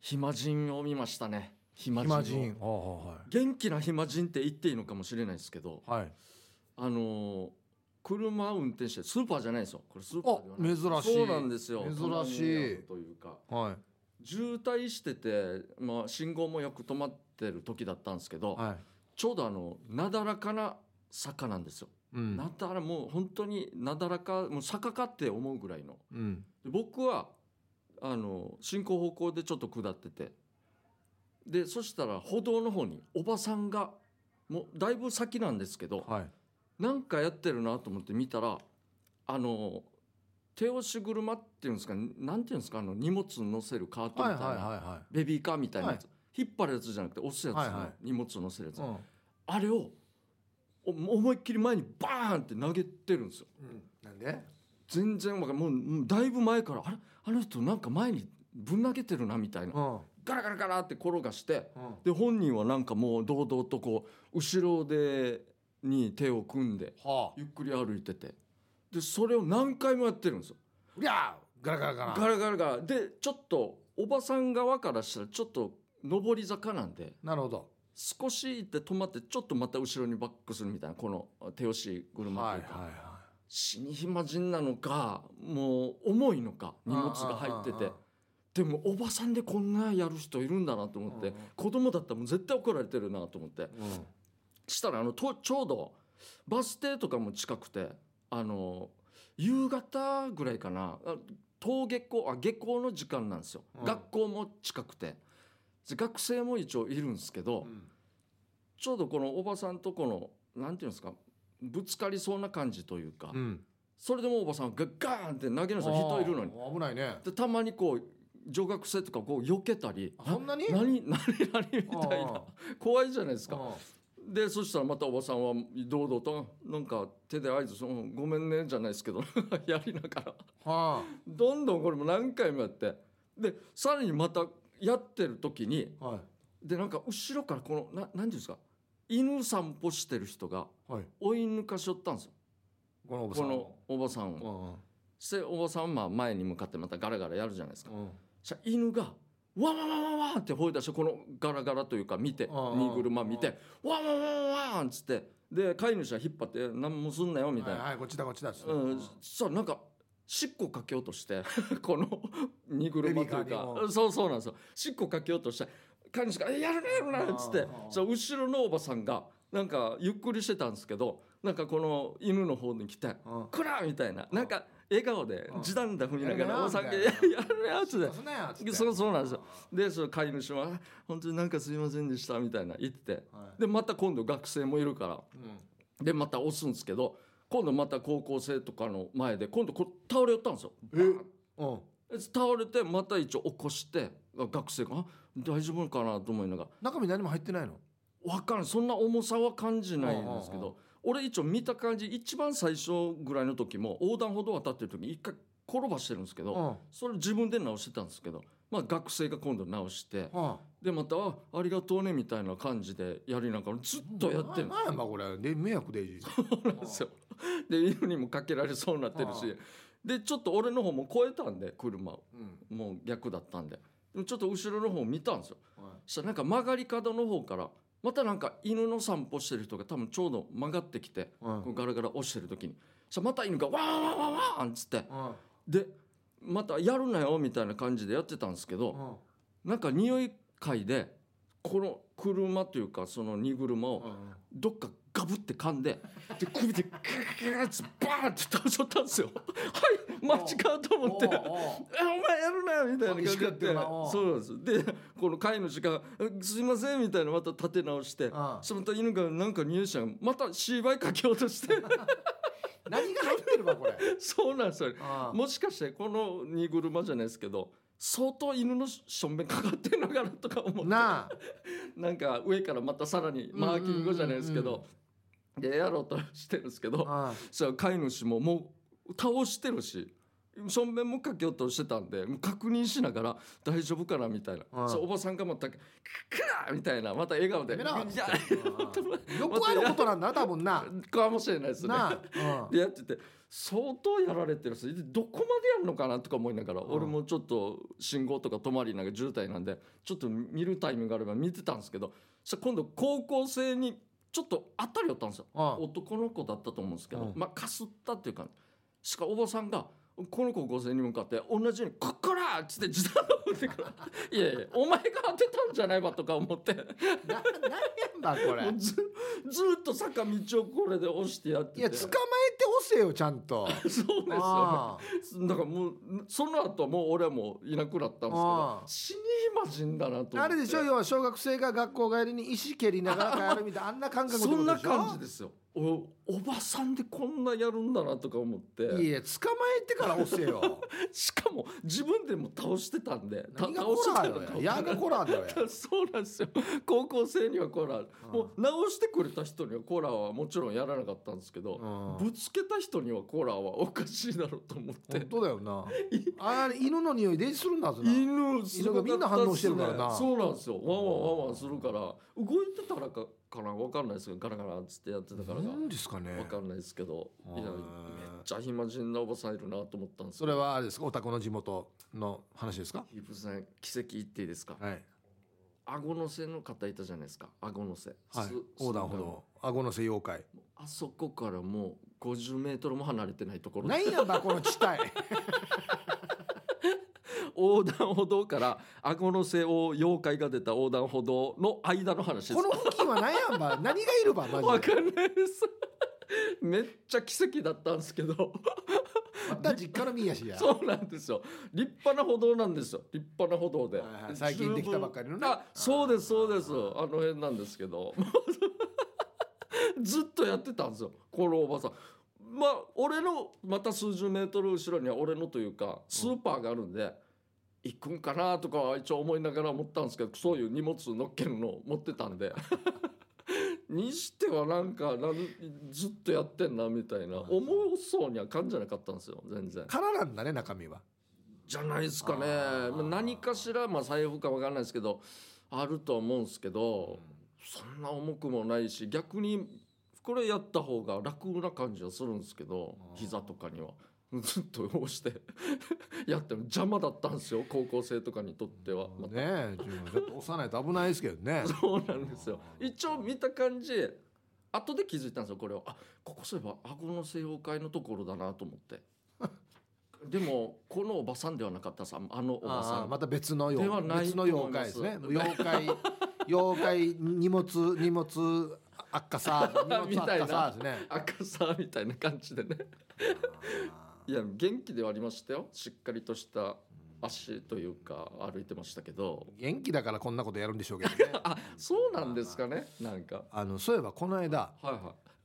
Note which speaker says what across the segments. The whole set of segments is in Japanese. Speaker 1: 暇人を見ましたね暇人を
Speaker 2: 暇人ああ
Speaker 1: 元気な暇人って言っていいのかもしれないですけど
Speaker 2: はい、はい、
Speaker 1: あのー車を運転してスーパーじゃないですよこれスーパーではない
Speaker 2: あ珍しい
Speaker 1: そうなんですよ
Speaker 2: 珍しい
Speaker 1: たまにあるというか
Speaker 2: はい
Speaker 1: 渋滞してて、まあ、信号もよく止まってる時だったんですけど、
Speaker 2: はい
Speaker 1: ちょうどあのなだらかな坂なんですよ、
Speaker 2: うん
Speaker 1: なだらもう本当になだらかもう坂かって思うぐらいの
Speaker 2: うん
Speaker 1: で僕はあの進行方向でちょっと下っててでそしたら歩道の方におばさんがもうだいぶ先なんですけど
Speaker 2: はい
Speaker 1: なんかやってるなと思って見たらあの手押し車っていうんですかなんていうんですかあの荷物乗せるカートみ
Speaker 2: はい
Speaker 1: た
Speaker 2: はいい
Speaker 1: な、
Speaker 2: は
Speaker 1: ベビーカーみたいなやつ、引っ張るやつじゃなくて押すやつ、
Speaker 2: はいは
Speaker 1: 荷物乗せるやつ、
Speaker 2: いはい
Speaker 1: あれをお思いっきり前にバーンって投げてるんですよ
Speaker 2: うん、うん、なんで
Speaker 1: 全然わかんもうもうだいぶ前からあれあの人なんか前にぶん投げてるなみたいな、
Speaker 2: うん
Speaker 1: ガラガラガラって転がして
Speaker 2: うん
Speaker 1: で本人はなんかもう堂々とこう後ろでに手を組んで
Speaker 2: はあ
Speaker 1: ゆっくり歩いててでそれを何回もやってるんですよ
Speaker 2: いやーガラガラガラ
Speaker 1: ガラガラガラでちょっとおばさん側からしたらちょっと上り坂なんで
Speaker 2: なるほど
Speaker 1: 少し行って止まってちょっとまた後ろにバックするみたいなこの手押し車
Speaker 2: は
Speaker 1: と
Speaker 2: い
Speaker 1: いうか、
Speaker 2: はいはい
Speaker 1: 死に暇人なのかもう重いのか荷物が入っててでもおばさんでこんなやる人いるんだなと思っ
Speaker 2: う
Speaker 1: て
Speaker 2: んうん
Speaker 1: 子供だったらもう絶対怒られてるなと思って
Speaker 2: うんうん
Speaker 1: したらあのとちょうどバス停とかも近くてあの夕方ぐらいかなあ登下校あ下校の時間なんですよ、
Speaker 2: うん
Speaker 1: 学校も近くてで学生も一応いるんですけど、
Speaker 2: うん
Speaker 1: ちょうどこのおばさんとこのなんていうんですかぶつかりそうな感じというか、
Speaker 2: うん
Speaker 1: それでもうおばさんがガーンって投げるんですよ人いるのに
Speaker 2: あー危ないね
Speaker 1: でたまにこう女学生とかこう避けたり
Speaker 2: あそんなに
Speaker 1: 何 何何みたいな怖いじゃないですか
Speaker 2: あ
Speaker 1: でそしたらまたおばさんは堂々となんか手で合図してうんごめんね」じゃないですけど やりながら
Speaker 2: ーは
Speaker 1: どんどんこれも何回もやってでさらにまたやってる時に
Speaker 2: あはい
Speaker 1: でなんか後ろからこのな何ていうんですか犬散歩してる人が
Speaker 2: はい
Speaker 1: 追い抜かしよったんですよ
Speaker 2: このおばさ
Speaker 1: こ
Speaker 2: ん
Speaker 1: のおばさんを。そしておばさんまあ前に向かってまたガラガラやるじゃないですか
Speaker 2: うんうんうん
Speaker 1: じゃ犬がわわわわわーって吠え出してこのガラガラというか見て
Speaker 2: あー
Speaker 1: 荷車見てわわわわわーっつってで飼い主は引っ張って何もすんなよみたい
Speaker 2: はい
Speaker 1: な、
Speaker 2: はいこっちだこっちだっつって
Speaker 1: うん、そしたらなんか尻尾かけようとして この荷車
Speaker 2: ベビーカ
Speaker 1: とい
Speaker 2: ー
Speaker 1: う
Speaker 2: にも
Speaker 1: かそうそうなんですよ尻尾かけようとして飼い主がえ「やるなやるな」っつって
Speaker 2: あー
Speaker 1: そしたら後ろのおばさんがなんかゆっくりしてたんですけどなんかこの犬の方に来て
Speaker 2: うん
Speaker 1: 「こら!」みたいななんか笑顔で
Speaker 2: うん
Speaker 1: 時短だ踏みなが
Speaker 2: やるな
Speaker 1: らお酒「
Speaker 2: み
Speaker 1: や
Speaker 2: たいな
Speaker 1: るやつで
Speaker 2: そんなやつって
Speaker 1: そうそうなんですよでその飼い主は「本当になんかすいませんでした」みたいな言ってて
Speaker 2: はい
Speaker 1: でまた今度学生もいるから
Speaker 2: うん
Speaker 1: でまた押すんですけど今度また高校生とかの前で今度こう倒れよったんですよ。
Speaker 2: うん
Speaker 1: で倒れてまた一応起こして学生があ「大丈夫かな?」と思いなが
Speaker 2: 中身何も入ってないの
Speaker 1: ら分からんそんな重さは感じないんですけ
Speaker 2: うんうんう
Speaker 1: ど俺一応見た感じ一番最初ぐらいの時も横断歩道渡ってる時に一回転ばしてるんですけ
Speaker 2: う
Speaker 1: ど
Speaker 2: ん
Speaker 1: それ自分で直してたんですけど、まあ、学生が今度直して。
Speaker 2: は
Speaker 1: でまたあ「ありがとうね」みたいな感じでやりながらず
Speaker 2: あ
Speaker 1: っとやってるん
Speaker 2: ななんやんばこれで迷惑でいい
Speaker 1: ですよ。で犬にもかけられそうになってるしでちょっと俺の方も超えたんで車を
Speaker 2: うん
Speaker 1: もう逆だったんででもちょっと後ろの方を見たんですよ。
Speaker 2: は
Speaker 1: そしたらなんか曲がり角の方からまたなんか犬の散歩してる人が多分ちょうど曲がってきて
Speaker 2: いうん
Speaker 1: こうガラガラ押してる時にそしたらまた犬が「ワーワーワーワーン!」っつって
Speaker 2: うん
Speaker 1: でまた「やるなよ」みたいな感じでやってたんですけど。
Speaker 2: うん
Speaker 1: なんか匂い嗅いでこの車というかその荷車
Speaker 2: う
Speaker 1: を
Speaker 2: ん
Speaker 1: どっかガブって噛んでで首でグーグーッバーンって倒しちゃったんですよはい間違うと思って
Speaker 2: おう
Speaker 1: 「
Speaker 2: おう
Speaker 1: えお前やるなよ」みたいな感じで
Speaker 2: 激しくやってるなおう
Speaker 1: そうなんですでこの飼い主がえ「すいません」みたいなまた立て直して
Speaker 2: ああ
Speaker 1: そのまた犬がなんか匂いしたらまた芝居かけようとして
Speaker 2: 何が入ってるばこれ
Speaker 1: そうなんですよ
Speaker 2: あ
Speaker 1: もしかしてこの荷車じゃないですけど相当犬のしょんべんかかってるのかなとか思って
Speaker 2: なあ
Speaker 1: なんか上からまたさらにマーキングじゃないですけ
Speaker 2: うんうん
Speaker 1: ど、でやろうとしてるんですけど
Speaker 2: あ
Speaker 1: そしたら飼い主ももう倒してるししょんべんもかけようとしてたんでもう確認しながら大丈夫かなみたいな、
Speaker 2: うん
Speaker 1: そうおばさんがまた「くら!」みたいなまた笑顔で「
Speaker 2: やめろ
Speaker 1: いや
Speaker 2: よくあることなんだな多分な
Speaker 1: かもしれないですね
Speaker 2: なあ、うん
Speaker 1: でやってて相当やられてるんですでどこまでやるのかなとか思いながら、
Speaker 2: ん
Speaker 1: 俺もちょっと信号とか止まりなんか渋滞なんでちょっと見るタイミングがあれば見てたんですけどそしたら今度高校生にちょっと当たりよったんですよ
Speaker 2: うん
Speaker 1: 男の子だったと思うんですけど、
Speaker 2: うん
Speaker 1: まあかすったっていうかしかおばさんがこの高校生に向かって同じように「こっから!」っつって自弾を打ってから 「いやいやお前が当てたんじゃないわ」とか思 っても
Speaker 2: ななんやんだこれ
Speaker 1: うずずーっと坂道をこれで押してやってて
Speaker 2: いや捕まえて押せよちゃんと
Speaker 1: そうですよね
Speaker 2: ああ
Speaker 1: だからもうその後はもう俺はもういなくなったんですけ
Speaker 2: あ
Speaker 1: ど
Speaker 2: あ
Speaker 1: 死にマジんだなと思って
Speaker 2: あれでしょ要は小学生が学校帰りに石蹴りながら帰るみ たいなあんな感覚って
Speaker 1: そ
Speaker 2: こ
Speaker 1: ん
Speaker 2: と
Speaker 1: な
Speaker 2: でしょ
Speaker 1: 感じですよおおばさんでこんなやるんだなとか思って
Speaker 2: いやいや捕まえてから押せよ
Speaker 1: しかも自分でも倒してたんで た
Speaker 2: 何がコラ
Speaker 1: 倒してた
Speaker 2: ーよやがコラーだよや
Speaker 1: そうなんですよ高校生にはコーラもう直してくれた人にはコーラはもちろんやらなかったんですけ
Speaker 2: う
Speaker 1: ど、
Speaker 2: ん
Speaker 1: ぶつけた人にはコーラはおかしいだろうと思って
Speaker 2: 本当だ よなあれ犬の匂い電子するんだぞな
Speaker 1: 犬すごかったっすね
Speaker 2: 犬がみんな反応してるからな
Speaker 1: そうなんですよワンワンワンワンするから動いてたらかかな分かんないですけどガラガラっつってやってたからか
Speaker 2: なんですかね
Speaker 1: 分かんないですけどいや
Speaker 2: へ
Speaker 1: めっ
Speaker 2: ー
Speaker 1: ちゃ暇人なおばさんいるなと思ったんです
Speaker 2: それはあれですかお宅の地元の話ですか
Speaker 1: ヒープさん奇跡言っていいですか
Speaker 2: はい
Speaker 1: 顎のせの方いたじゃないですか顎のせ
Speaker 2: はい
Speaker 1: す
Speaker 2: 横断歩道顎のせ妖怪
Speaker 1: あそこからもう50メートルも離れてないところで
Speaker 2: なんやんだこの地 帯
Speaker 1: 横断歩道から顎のせを妖怪が出た横断歩道の間の話です
Speaker 2: この付近はなんやんば何がいるばマ
Speaker 1: わ
Speaker 2: ジで
Speaker 1: かんないです。めっちゃ奇跡だったんですけど、
Speaker 2: また実家のみやしや
Speaker 1: そうなんですよ。立派な歩道なんですよ。立派な歩道で。
Speaker 2: はいはい最近できたばっかりのね
Speaker 1: あそうです、そうです。あ
Speaker 2: あー
Speaker 1: の辺なんですけど。 ずっとやってたんですよ。このおばさん。まあ、俺の、また数十メートル後ろには俺のというか、スーパーがあるんで、行くんかなとかは一応思いながら思ったんですけどそういう荷物乗っけるのを持ってたんで にしてはなんかなんずっとやってんなみたいな
Speaker 2: あ
Speaker 1: 重そうには感じなかったんですよ全然
Speaker 2: 空なんだね中身は
Speaker 1: じゃないですかね
Speaker 2: あー
Speaker 1: まあ何かしら、まあ、財布かわからないですけどあるとは思うんですけど、そんな重くもないし逆にこれやった方が楽な感じはするんですけど
Speaker 2: あー
Speaker 1: 膝とかには。ずっと押して やっても邪魔だったんですよ高校生とかにとっては、まあ
Speaker 2: ねえ自分ちょっと押さないと危ないですけど ね
Speaker 1: そうなんですよ。一応見た感じ、後で気づいたんですよ、これを。あ、ここそういえば、顎の西洋会のところだなと思 って。でも、このおばさんではなかったさ、あのおばさ
Speaker 2: ああ
Speaker 1: ん。
Speaker 2: また別のよ
Speaker 1: では
Speaker 2: う
Speaker 1: ない
Speaker 2: 別の妖怪ですね
Speaker 1: と思い
Speaker 2: 妖怪妖怪荷物荷物悪化さ 荷
Speaker 1: み
Speaker 2: 物
Speaker 1: たいな
Speaker 2: 悪化さですね
Speaker 1: 赤さみたいな感じでね。いや、元気ではありましたよ。しっかりとした足というか、歩いてましたけど。
Speaker 2: 元気だからこんなことやるんでしょうけど ね
Speaker 1: あ、そうなんですかね、なんか。
Speaker 2: あのそういえばこの間
Speaker 1: はいはい。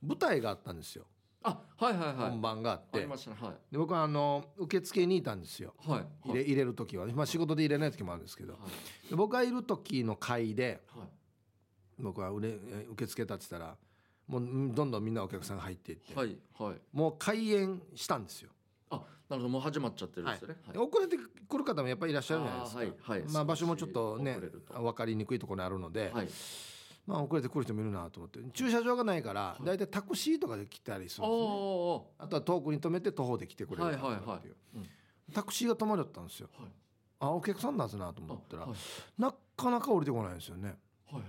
Speaker 2: 舞台があったんですよ
Speaker 1: あ、はいはいはい
Speaker 2: 本。番があっ
Speaker 1: あ
Speaker 2: て
Speaker 1: りましたね、はい。
Speaker 2: で僕はあの受付にいたんですよ
Speaker 1: はい。
Speaker 2: 入
Speaker 1: はい
Speaker 2: れ入れる時はね、まあ、仕事で入れない時もあるんですけどで僕がいる時の会で
Speaker 1: はい。
Speaker 2: 僕は受受付立ってたらもううんどんどんみんなお客さんが入っていって、
Speaker 1: はい。はい。
Speaker 2: もう開演したんですよ、
Speaker 1: あ、なるほど、もう始まっちゃってるんですよね。はい
Speaker 2: で遅れてくる方もやっぱりいらっしゃるじゃないですか
Speaker 1: あーはいはい
Speaker 2: まあ、場所もちょっとね
Speaker 1: 遅れると
Speaker 2: 分かりにくいところにあるので、
Speaker 1: はい。
Speaker 2: まあ、遅れてくる人もいるなと思って駐車場がないから
Speaker 1: い
Speaker 2: 大体タクシーとかで来たりす
Speaker 1: あ
Speaker 2: るんですね
Speaker 1: あ。
Speaker 2: あとは遠くに止めて徒歩で来てくれる
Speaker 1: はいはいはい
Speaker 2: 方っていう
Speaker 1: うん
Speaker 2: タクシーが止まりだったんですよ
Speaker 1: はい
Speaker 2: あお客さんなんですなと
Speaker 1: あ
Speaker 2: 思ったら
Speaker 1: はい
Speaker 2: なかなか降りてこないんですよね
Speaker 1: はい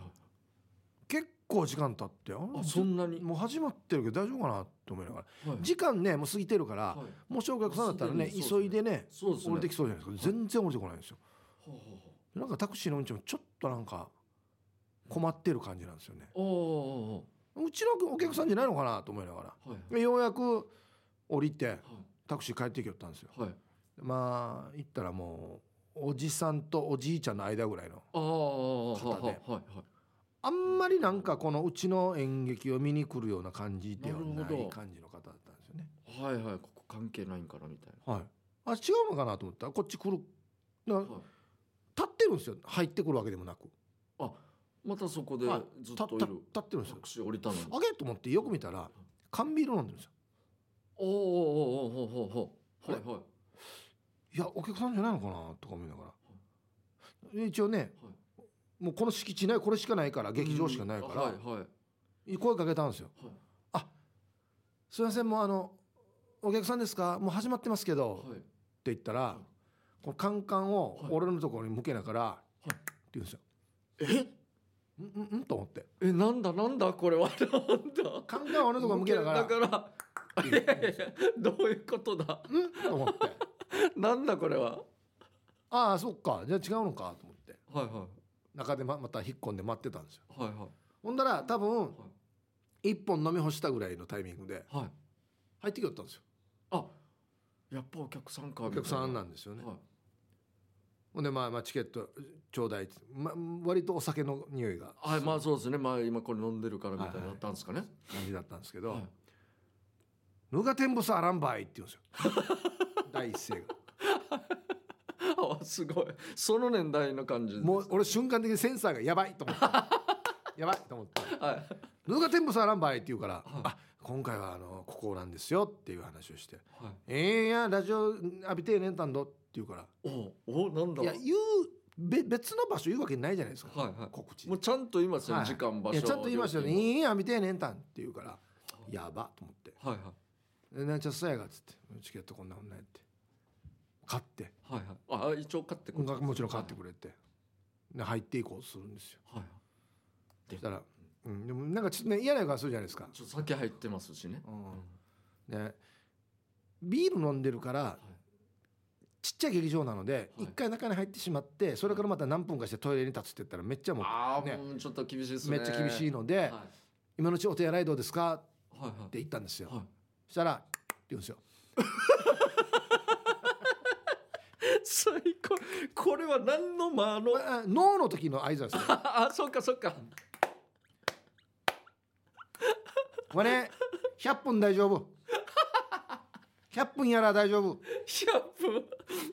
Speaker 2: 結構時間経って
Speaker 1: はい。
Speaker 2: あ
Speaker 1: あそんなに。
Speaker 2: もう始まってるけど大丈夫かなと思いながら
Speaker 1: はい
Speaker 2: 時間ねもう過ぎてるから、
Speaker 1: はい
Speaker 2: もしお客さんだったら
Speaker 1: そ
Speaker 2: ね
Speaker 1: うですね
Speaker 2: 急いでね
Speaker 1: そうですね。
Speaker 2: 降りてきそうじゃないですか全然降りてこないんですよ
Speaker 1: ほうほうほ
Speaker 2: なんかタクシーの運賃もちょっとなんか困ってる感じなんですよね
Speaker 1: うお
Speaker 2: うちのお客さんじゃないのかなと思いな
Speaker 1: ー
Speaker 2: が
Speaker 1: おーおーはい
Speaker 2: らようやく降りて
Speaker 1: は
Speaker 2: タクシー帰ってきよったんですよ
Speaker 1: いはい。
Speaker 2: まあ行ったらもうおじさんとおじいちゃんの間ぐらいの
Speaker 1: ああ
Speaker 2: 肩で
Speaker 1: はいはいはい。
Speaker 2: あんまりなんかこのうちの演劇を見に来るような感じでは
Speaker 1: なる
Speaker 2: な
Speaker 1: ほど
Speaker 2: い感じの方だったんですよね
Speaker 1: はいはいここ関係ないんかなみたい
Speaker 2: はいあ違うのかなと思ったらこっち来るな
Speaker 1: な。はい。
Speaker 2: 立ってるんですよ入ってくるわけでもなく
Speaker 1: またそこで
Speaker 2: はい
Speaker 1: ずっ
Speaker 2: 立
Speaker 1: と
Speaker 2: 立
Speaker 1: い
Speaker 2: 立
Speaker 1: る。
Speaker 2: ってるんです
Speaker 1: タ
Speaker 2: よ
Speaker 1: クシー降りたのに。
Speaker 2: あげと思ってよく見たら缶ビール飲んでるんですよ
Speaker 1: おーおーおーおーおーおーおーはいはい。
Speaker 2: いやお客さんじゃないのかなとか思いながらで一応ね、もうこの敷地ないこれしかないから劇場しかないか
Speaker 1: はい
Speaker 2: ら、
Speaker 1: はい
Speaker 2: 声かけたんですよ「すいませんもうあのお客さんですかもう始まってますけど」って
Speaker 1: はい
Speaker 2: 言ったら、
Speaker 1: い
Speaker 2: このカンカンを
Speaker 1: はい
Speaker 2: 俺のところに向けながら、
Speaker 1: い
Speaker 2: って言うんですよ。
Speaker 1: え
Speaker 2: んんんと思って
Speaker 1: えなんだなんだこれはなんだ
Speaker 2: カンカンを俺のところに向けながら「ん
Speaker 1: だからあいやいやいやどういうことだ
Speaker 2: と思って
Speaker 1: なんだこれは
Speaker 2: 「ああそっかじゃあ違うのか」と思って
Speaker 1: はいは
Speaker 2: 中でままた引っ込んで待ってたんですよ。
Speaker 1: いはいは
Speaker 2: ほんだら多分一本飲み干したぐらいのタイミングで
Speaker 1: いはい
Speaker 2: 入ってきよったんですよ
Speaker 1: あやっぱお客さんか
Speaker 2: お客さんなんんですよね。
Speaker 1: はい
Speaker 2: ほんでまあまあチケットちょうだいって、ま、割とお酒の匂いが
Speaker 1: はいまあそうですねまあ今これ飲んでるからみたい
Speaker 2: はい
Speaker 1: な
Speaker 2: はい
Speaker 1: のあったんですかね
Speaker 2: 感じだったんですけど
Speaker 1: はい
Speaker 2: 「ぬが天ぶさあらんばい」って言うんです よ第一声が。
Speaker 1: あすごいその年代の感じです
Speaker 2: もう俺瞬間的にセンサーがやばいと思った やばいと思った
Speaker 1: はい
Speaker 2: 「ぬが天ぶさあらんばい」って言うから「
Speaker 1: はい
Speaker 2: あ今回はあのここなんですよ」っていう話をして
Speaker 1: はい
Speaker 2: 「ええやラジオ浴びてえねんたんど」って言うから「
Speaker 1: おおなんだ
Speaker 2: いや言うべ別の場所言うわけないじゃないですか、
Speaker 1: はいはい
Speaker 2: 告知
Speaker 1: もうちゃんと言いますよ、
Speaker 2: はい
Speaker 1: 時間場
Speaker 2: い
Speaker 1: 所
Speaker 2: やちゃんと言いましたよね「
Speaker 1: 料金
Speaker 2: いいや見てえねんたん」って言うから「やば」と思って
Speaker 1: はいはい
Speaker 2: 「えなんちゃそうやが」っつって「チケットこんなもんない」って買って
Speaker 1: はいはいあ一応買ってこ
Speaker 2: 音
Speaker 1: と
Speaker 2: 楽もちろん買ってくれてで入っていこうとするんですよ
Speaker 1: はいはい
Speaker 2: そしたら、うん、でもなんかちょっとね嫌な予感するじゃないですか、
Speaker 1: ちょっと酒入ってますしね
Speaker 2: うん、ねビール飲んでるからちっちゃい劇場なので
Speaker 1: はい
Speaker 2: 一回中に入ってしまってそれからまた何分かしてトイレに立つって言ったらめっちゃもう
Speaker 1: ああ、
Speaker 2: ね
Speaker 1: うんちょっと厳しいです
Speaker 2: め
Speaker 1: ね
Speaker 2: っちゃ厳しい
Speaker 1: の
Speaker 2: の
Speaker 1: は
Speaker 2: で
Speaker 1: いは
Speaker 2: 「今のうちお手洗いどうですか?」っ
Speaker 1: いはい
Speaker 2: て言ったんですよ
Speaker 1: は
Speaker 2: そしたら「って言うんですよ
Speaker 1: い最高これは何の間の
Speaker 2: ああノーの時の合図なんですよ。
Speaker 1: ああそっかそっか
Speaker 2: これ100分大丈夫。100分やら大丈夫。
Speaker 1: 100分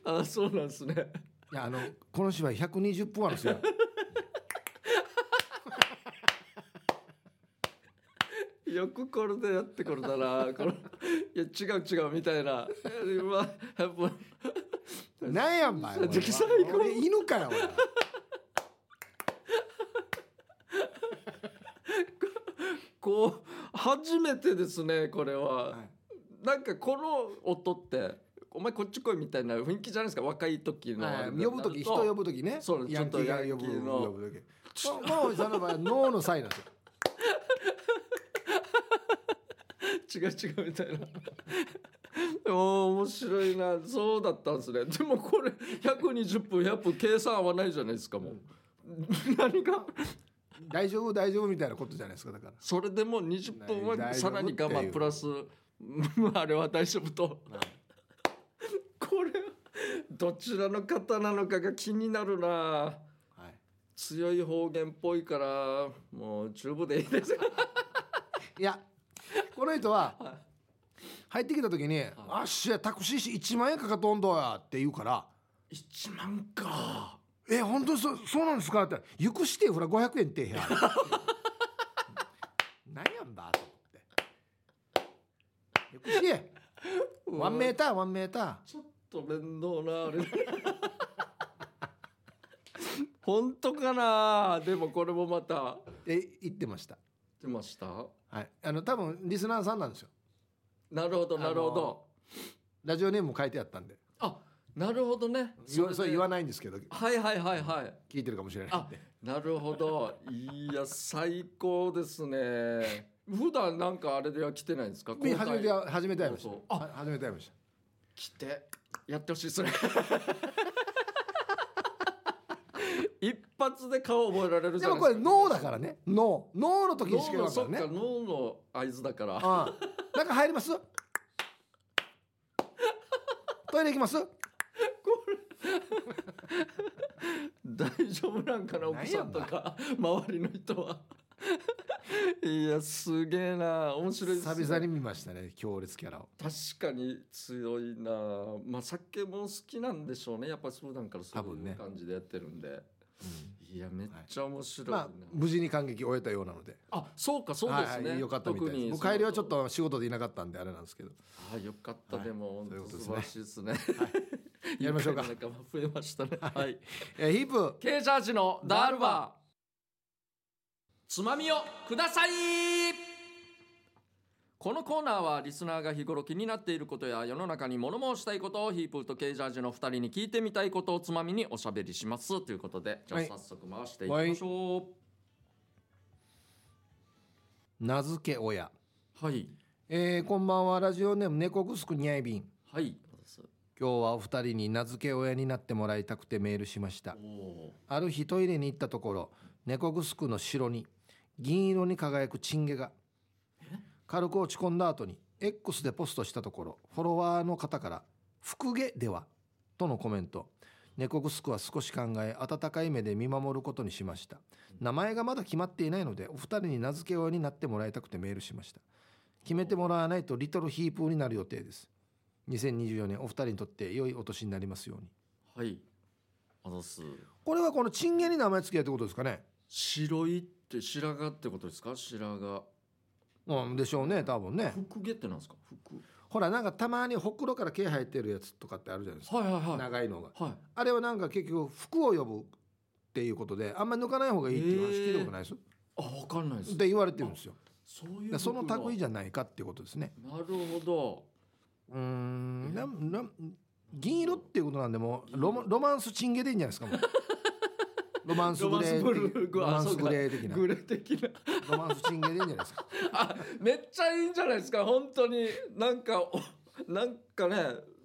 Speaker 1: あそうなんですね
Speaker 2: いやあのこの芝居120分あるんですよ。
Speaker 1: よくこれでやってこれだなこのいや違う違うみたいな今やっぱ
Speaker 2: なんやんばい。
Speaker 1: でき最高
Speaker 2: 俺犬かよ。
Speaker 1: こう初めてですねこれは、
Speaker 2: 俺はい
Speaker 1: なんかこの音ってお前こっち来いみたいな雰囲気じゃないですか若い時の、
Speaker 2: はい呼ぶ時人呼ぶ時ね。
Speaker 1: そう
Speaker 2: ヤンキーが
Speaker 1: ちょっとヤ
Speaker 2: 呼ぶ
Speaker 1: ンキーの
Speaker 2: 呼ぶ時。このおじさんの場合はノーのサインなんですよ。
Speaker 1: 違う違うみたいなおー面白いなそうだったんですねでもこれ120分100分計算合わないじゃないですかもう 何が
Speaker 2: 大丈夫大丈夫みたいなことじゃないですかだから。
Speaker 1: それでも20分はさらに我
Speaker 2: 大丈夫ってい
Speaker 1: 慢
Speaker 2: う
Speaker 1: プラス うんあれは大丈夫と これどちらの方なのかが気になるな
Speaker 2: はい。
Speaker 1: 強い方言っぽいからもうチューブでいいです か
Speaker 2: いやこの人は入ってきた時に「あっしゃタクシーし1万円かかっとんどや」って言うから
Speaker 1: 1万か
Speaker 2: 「え本当にそそうなんですか?」って「行くしてほら500円って へや」何やんだと思って「行くしてワンメーターワンメーター」
Speaker 1: ちょっと面倒なあれ 本当かなでもこれもまた
Speaker 2: って言ってました、
Speaker 1: 出ました
Speaker 2: はい、あの多分リスナーさんなんですよ
Speaker 1: なるほどなるほど
Speaker 2: ラジオネームも書いてあったんで
Speaker 1: あなるほどね
Speaker 2: 言わそれ言わ
Speaker 1: な
Speaker 2: ないんですけど
Speaker 1: はいはいはいはい
Speaker 2: 聞いてるかもしれないん
Speaker 1: あ
Speaker 2: で
Speaker 1: なるほどいや最高ですね普段なんかあれでは来てないんですか今回
Speaker 2: 初めて初めて会いまし
Speaker 1: そう
Speaker 2: たは初めて会いました
Speaker 1: 来てやってほしいですね 一発で顔覚えられるじゃ
Speaker 2: で
Speaker 1: な
Speaker 2: も
Speaker 1: いで
Speaker 2: これ
Speaker 1: すか
Speaker 2: 脳だからね脳脳の時にしか
Speaker 1: 脳の
Speaker 2: 言わんか
Speaker 1: そ
Speaker 2: ら
Speaker 1: っ
Speaker 2: ね
Speaker 1: か脳の合図だから
Speaker 2: うん中入 りますトイレ行きます
Speaker 1: 大丈夫なんかな
Speaker 2: なんや
Speaker 1: 奥さんとか周りの人はいやすげえな面白いですね
Speaker 2: 久々に見ましたね強烈キャラを
Speaker 1: 確かに強いなまあ酒も好きなんでしょうねやっぱり普段からそ
Speaker 2: 多
Speaker 1: う
Speaker 2: 分
Speaker 1: い
Speaker 2: ね
Speaker 1: う感じでやってるんで、いやめっちゃ面白いな、
Speaker 2: まあ無事に感激を終えたようなので
Speaker 1: あそうかそうですね、
Speaker 2: はいはいよかったみたい
Speaker 1: 特
Speaker 2: で
Speaker 1: にそ
Speaker 2: す僕
Speaker 1: の
Speaker 2: 帰りはちょっと仕事でいなかったんであれなんですけど
Speaker 1: あよかった、
Speaker 2: はい
Speaker 1: でも
Speaker 2: そうい
Speaker 1: 本
Speaker 2: うこ
Speaker 1: 当
Speaker 2: と
Speaker 1: 素
Speaker 2: です
Speaker 1: 晴
Speaker 2: ね
Speaker 1: らしいですね
Speaker 2: やりましょう か
Speaker 1: いっぱいの仲間増えましたね。はい。
Speaker 2: えーヒープ
Speaker 1: ケイジャージのダールバー。つまみをくださいこのコーナーはリスナーが日頃気になっていることや世の中に物申したいことをヒープーとケイジャージの2人に聞いてみたいことをつまみにおしゃべりしますということでじゃあ
Speaker 2: はい
Speaker 1: 早速回していきましょ
Speaker 2: 名付け親、
Speaker 1: うはい
Speaker 2: えーこんばんはラジオネーム猫グスクニャイビン
Speaker 1: はい
Speaker 2: 今日はお二人に名付け親になってもらいたくてメールしました
Speaker 1: おお
Speaker 2: ある日トイレに行ったところ猫グスクの白に銀色に輝くチンゲが軽く落ち込んだ後に X でポストしたところフォロワーの方から「福毛では?」とのコメント猫グスクは少し考え温かい目で見守ることにしました名前がまだ決まっていないのでお二人に名付け親になってもらいたくてメールしました決めてもらわないとリトルヒープーになる予定です2024年お二人にとって良いお年になりますように
Speaker 1: はいあざっす
Speaker 2: これはこのチンゲに名前付けたってことですかね
Speaker 1: 白いって白髪ってことですか白髪
Speaker 2: うんでしょうね多分 ね
Speaker 1: 福毛ってなんですか福
Speaker 2: ほらなんかたまにほくろから毛生えてるやつとかってあるじゃないですか、
Speaker 1: はいはいはい
Speaker 2: 長いのが
Speaker 1: はい
Speaker 2: あれはなんか結局服を呼ぶっていうことであんまり抜かない方がいいっていう話聞いたことないです、
Speaker 1: あわかんないです
Speaker 2: って言われてるんですよ
Speaker 1: そう
Speaker 2: だ
Speaker 1: い
Speaker 2: から
Speaker 1: う
Speaker 2: その類
Speaker 1: じ
Speaker 2: じゃないかっていうことですね
Speaker 1: ゃなるほど
Speaker 2: うーんなんなん銀色っていうことなんでもうロマロマンスチンゲでいいんじゃないです かもうロマンスグレー的ロ
Speaker 1: ロ
Speaker 2: マ
Speaker 1: マ
Speaker 2: ン
Speaker 1: ン
Speaker 2: ス
Speaker 1: ス
Speaker 2: グ
Speaker 1: グ
Speaker 2: レー的な
Speaker 1: グレ的 な
Speaker 2: ロマンスチンゲでいいんじゃないですか
Speaker 1: あめっちゃいいんじゃないですか本当になんかおなんかね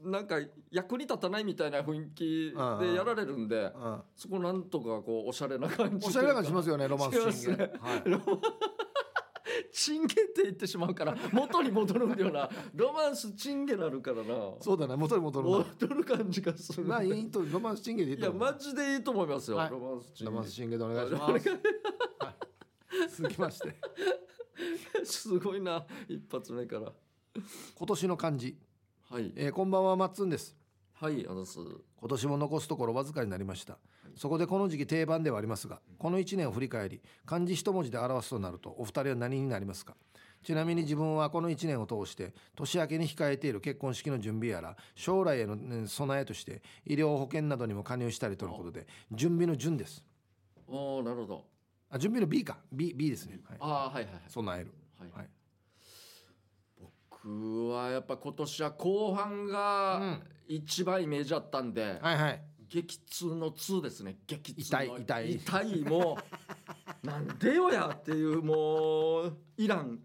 Speaker 1: なんか役に立たないみたいな雰囲
Speaker 2: うん
Speaker 1: 気
Speaker 2: うん
Speaker 1: でやられるんで
Speaker 2: うん
Speaker 1: そこなんとかこうおしゃれな感じ
Speaker 2: おしゃれな感じしますすよねロマンスチンゲ、
Speaker 1: し
Speaker 2: はい
Speaker 1: チンゲって言ってしまうから元に戻るんだよなロマンスチンゲなるからな
Speaker 2: そうだね元に戻るな
Speaker 1: 戻る感じがする
Speaker 2: まあいいとロマンスチンゲでいい
Speaker 1: い
Speaker 2: と
Speaker 1: や
Speaker 2: 思う
Speaker 1: マジでいいと思いますよ、
Speaker 2: はい
Speaker 1: ロマンスチン
Speaker 2: ロ
Speaker 1: ゲ
Speaker 2: マンスチンゲでお願いしますはい続きまして
Speaker 1: すごいな一発目から
Speaker 2: 今年の漢字、
Speaker 1: はい
Speaker 2: えーこんばんはマッツンです
Speaker 1: はいあざっす
Speaker 2: 今年も残すところわずかになりましたそこでこの時期定番ではありますがこの1年を振り返り漢字一文字で表すとなるとお二人は何になりますかちなみに自分はこの1年を通して年明けに控えている結婚式の準備やら将来へのね備えとして医療保険などにも加入したりとのことで準備の順です
Speaker 1: おおなるほど
Speaker 2: あ準備の B か B, B ですね、はい
Speaker 1: ああーはいはい
Speaker 2: 備える
Speaker 1: はい、
Speaker 2: はい
Speaker 1: 僕はやっぱ今年は後半
Speaker 2: う
Speaker 1: が
Speaker 2: ん
Speaker 1: 一番イメージあったんで、
Speaker 2: はいはい
Speaker 1: 激痛の痛ですね激痛の
Speaker 2: 痛い
Speaker 1: 痛いも うなんでよやっていうもうイラン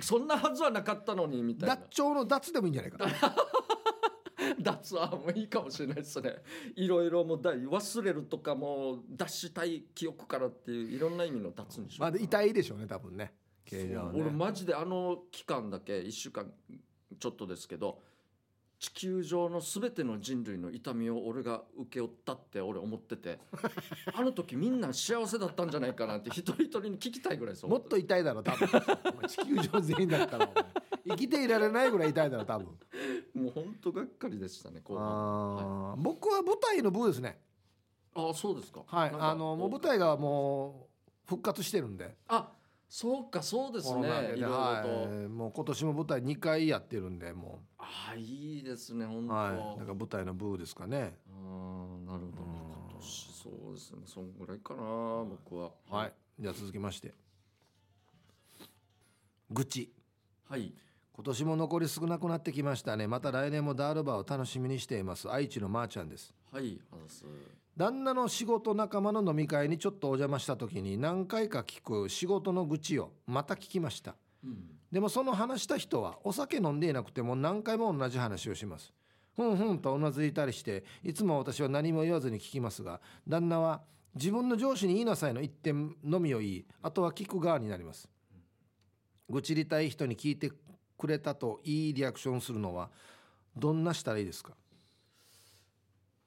Speaker 1: そんなはずはなかったのにみたいな
Speaker 2: 脱腸の脱でもいいんじゃないか
Speaker 1: 脱はもういいかもしれないですねいろいろもうだ忘れるとかもう脱したい記憶からっていういろんな意味の脱にしよ
Speaker 2: ま
Speaker 1: う
Speaker 2: あで痛いでしょうね多分ね
Speaker 1: そう
Speaker 2: 形状はね
Speaker 1: 俺マジであの期間だけ1週間ちょっとですけど地球上の全ての人類の痛みを俺が請け負ったって俺思って てあの時みんな幸せだったんじゃないかなって一人一人に聞きたいぐらいです
Speaker 2: もっと痛いだろ多分お前地球上全員だったらお前生きていられないぐらい痛いだろ多分
Speaker 1: もう本当がっかりでしたね後半あ
Speaker 2: あー僕は舞台の部ですね
Speaker 1: あそうですか
Speaker 2: はい
Speaker 1: なんか
Speaker 2: あのもう舞台がもう復活してるんで
Speaker 1: あそうかそうです
Speaker 2: コロ
Speaker 1: ね
Speaker 2: ナ禍
Speaker 1: いろい
Speaker 2: で
Speaker 1: ろと、
Speaker 2: はいもう今年も舞台2回やってるんでも
Speaker 1: ああいいですね本
Speaker 2: う
Speaker 1: 当、
Speaker 2: はいだから舞台の部ですかね
Speaker 1: あーなるほどね
Speaker 2: う
Speaker 1: 今
Speaker 2: ん
Speaker 1: 年そうですねそんぐらいかな僕は
Speaker 2: はいじゃあ続きまして愚痴
Speaker 1: はい
Speaker 2: 今年も残り少なくなってきましたねまた来年もダールバーを楽しみにしています愛知のまーちゃんです
Speaker 1: はいあざっす
Speaker 2: 旦那の仕事仲間の飲み会にちょっとお邪魔した時に何回か聞く仕事の愚痴をまた聞きました
Speaker 1: うん
Speaker 2: でもその話した人はお酒飲んでいなくても何回も同じ話をしますふんふんとうなずいたりしていつも私は何も言わずに聞きますが旦那は自分の上司に言いなさいの一点のみを言いあとは聞く側になります愚痴りたい人に聞いてくれたといいリアクションするのはどんなしたらいいですか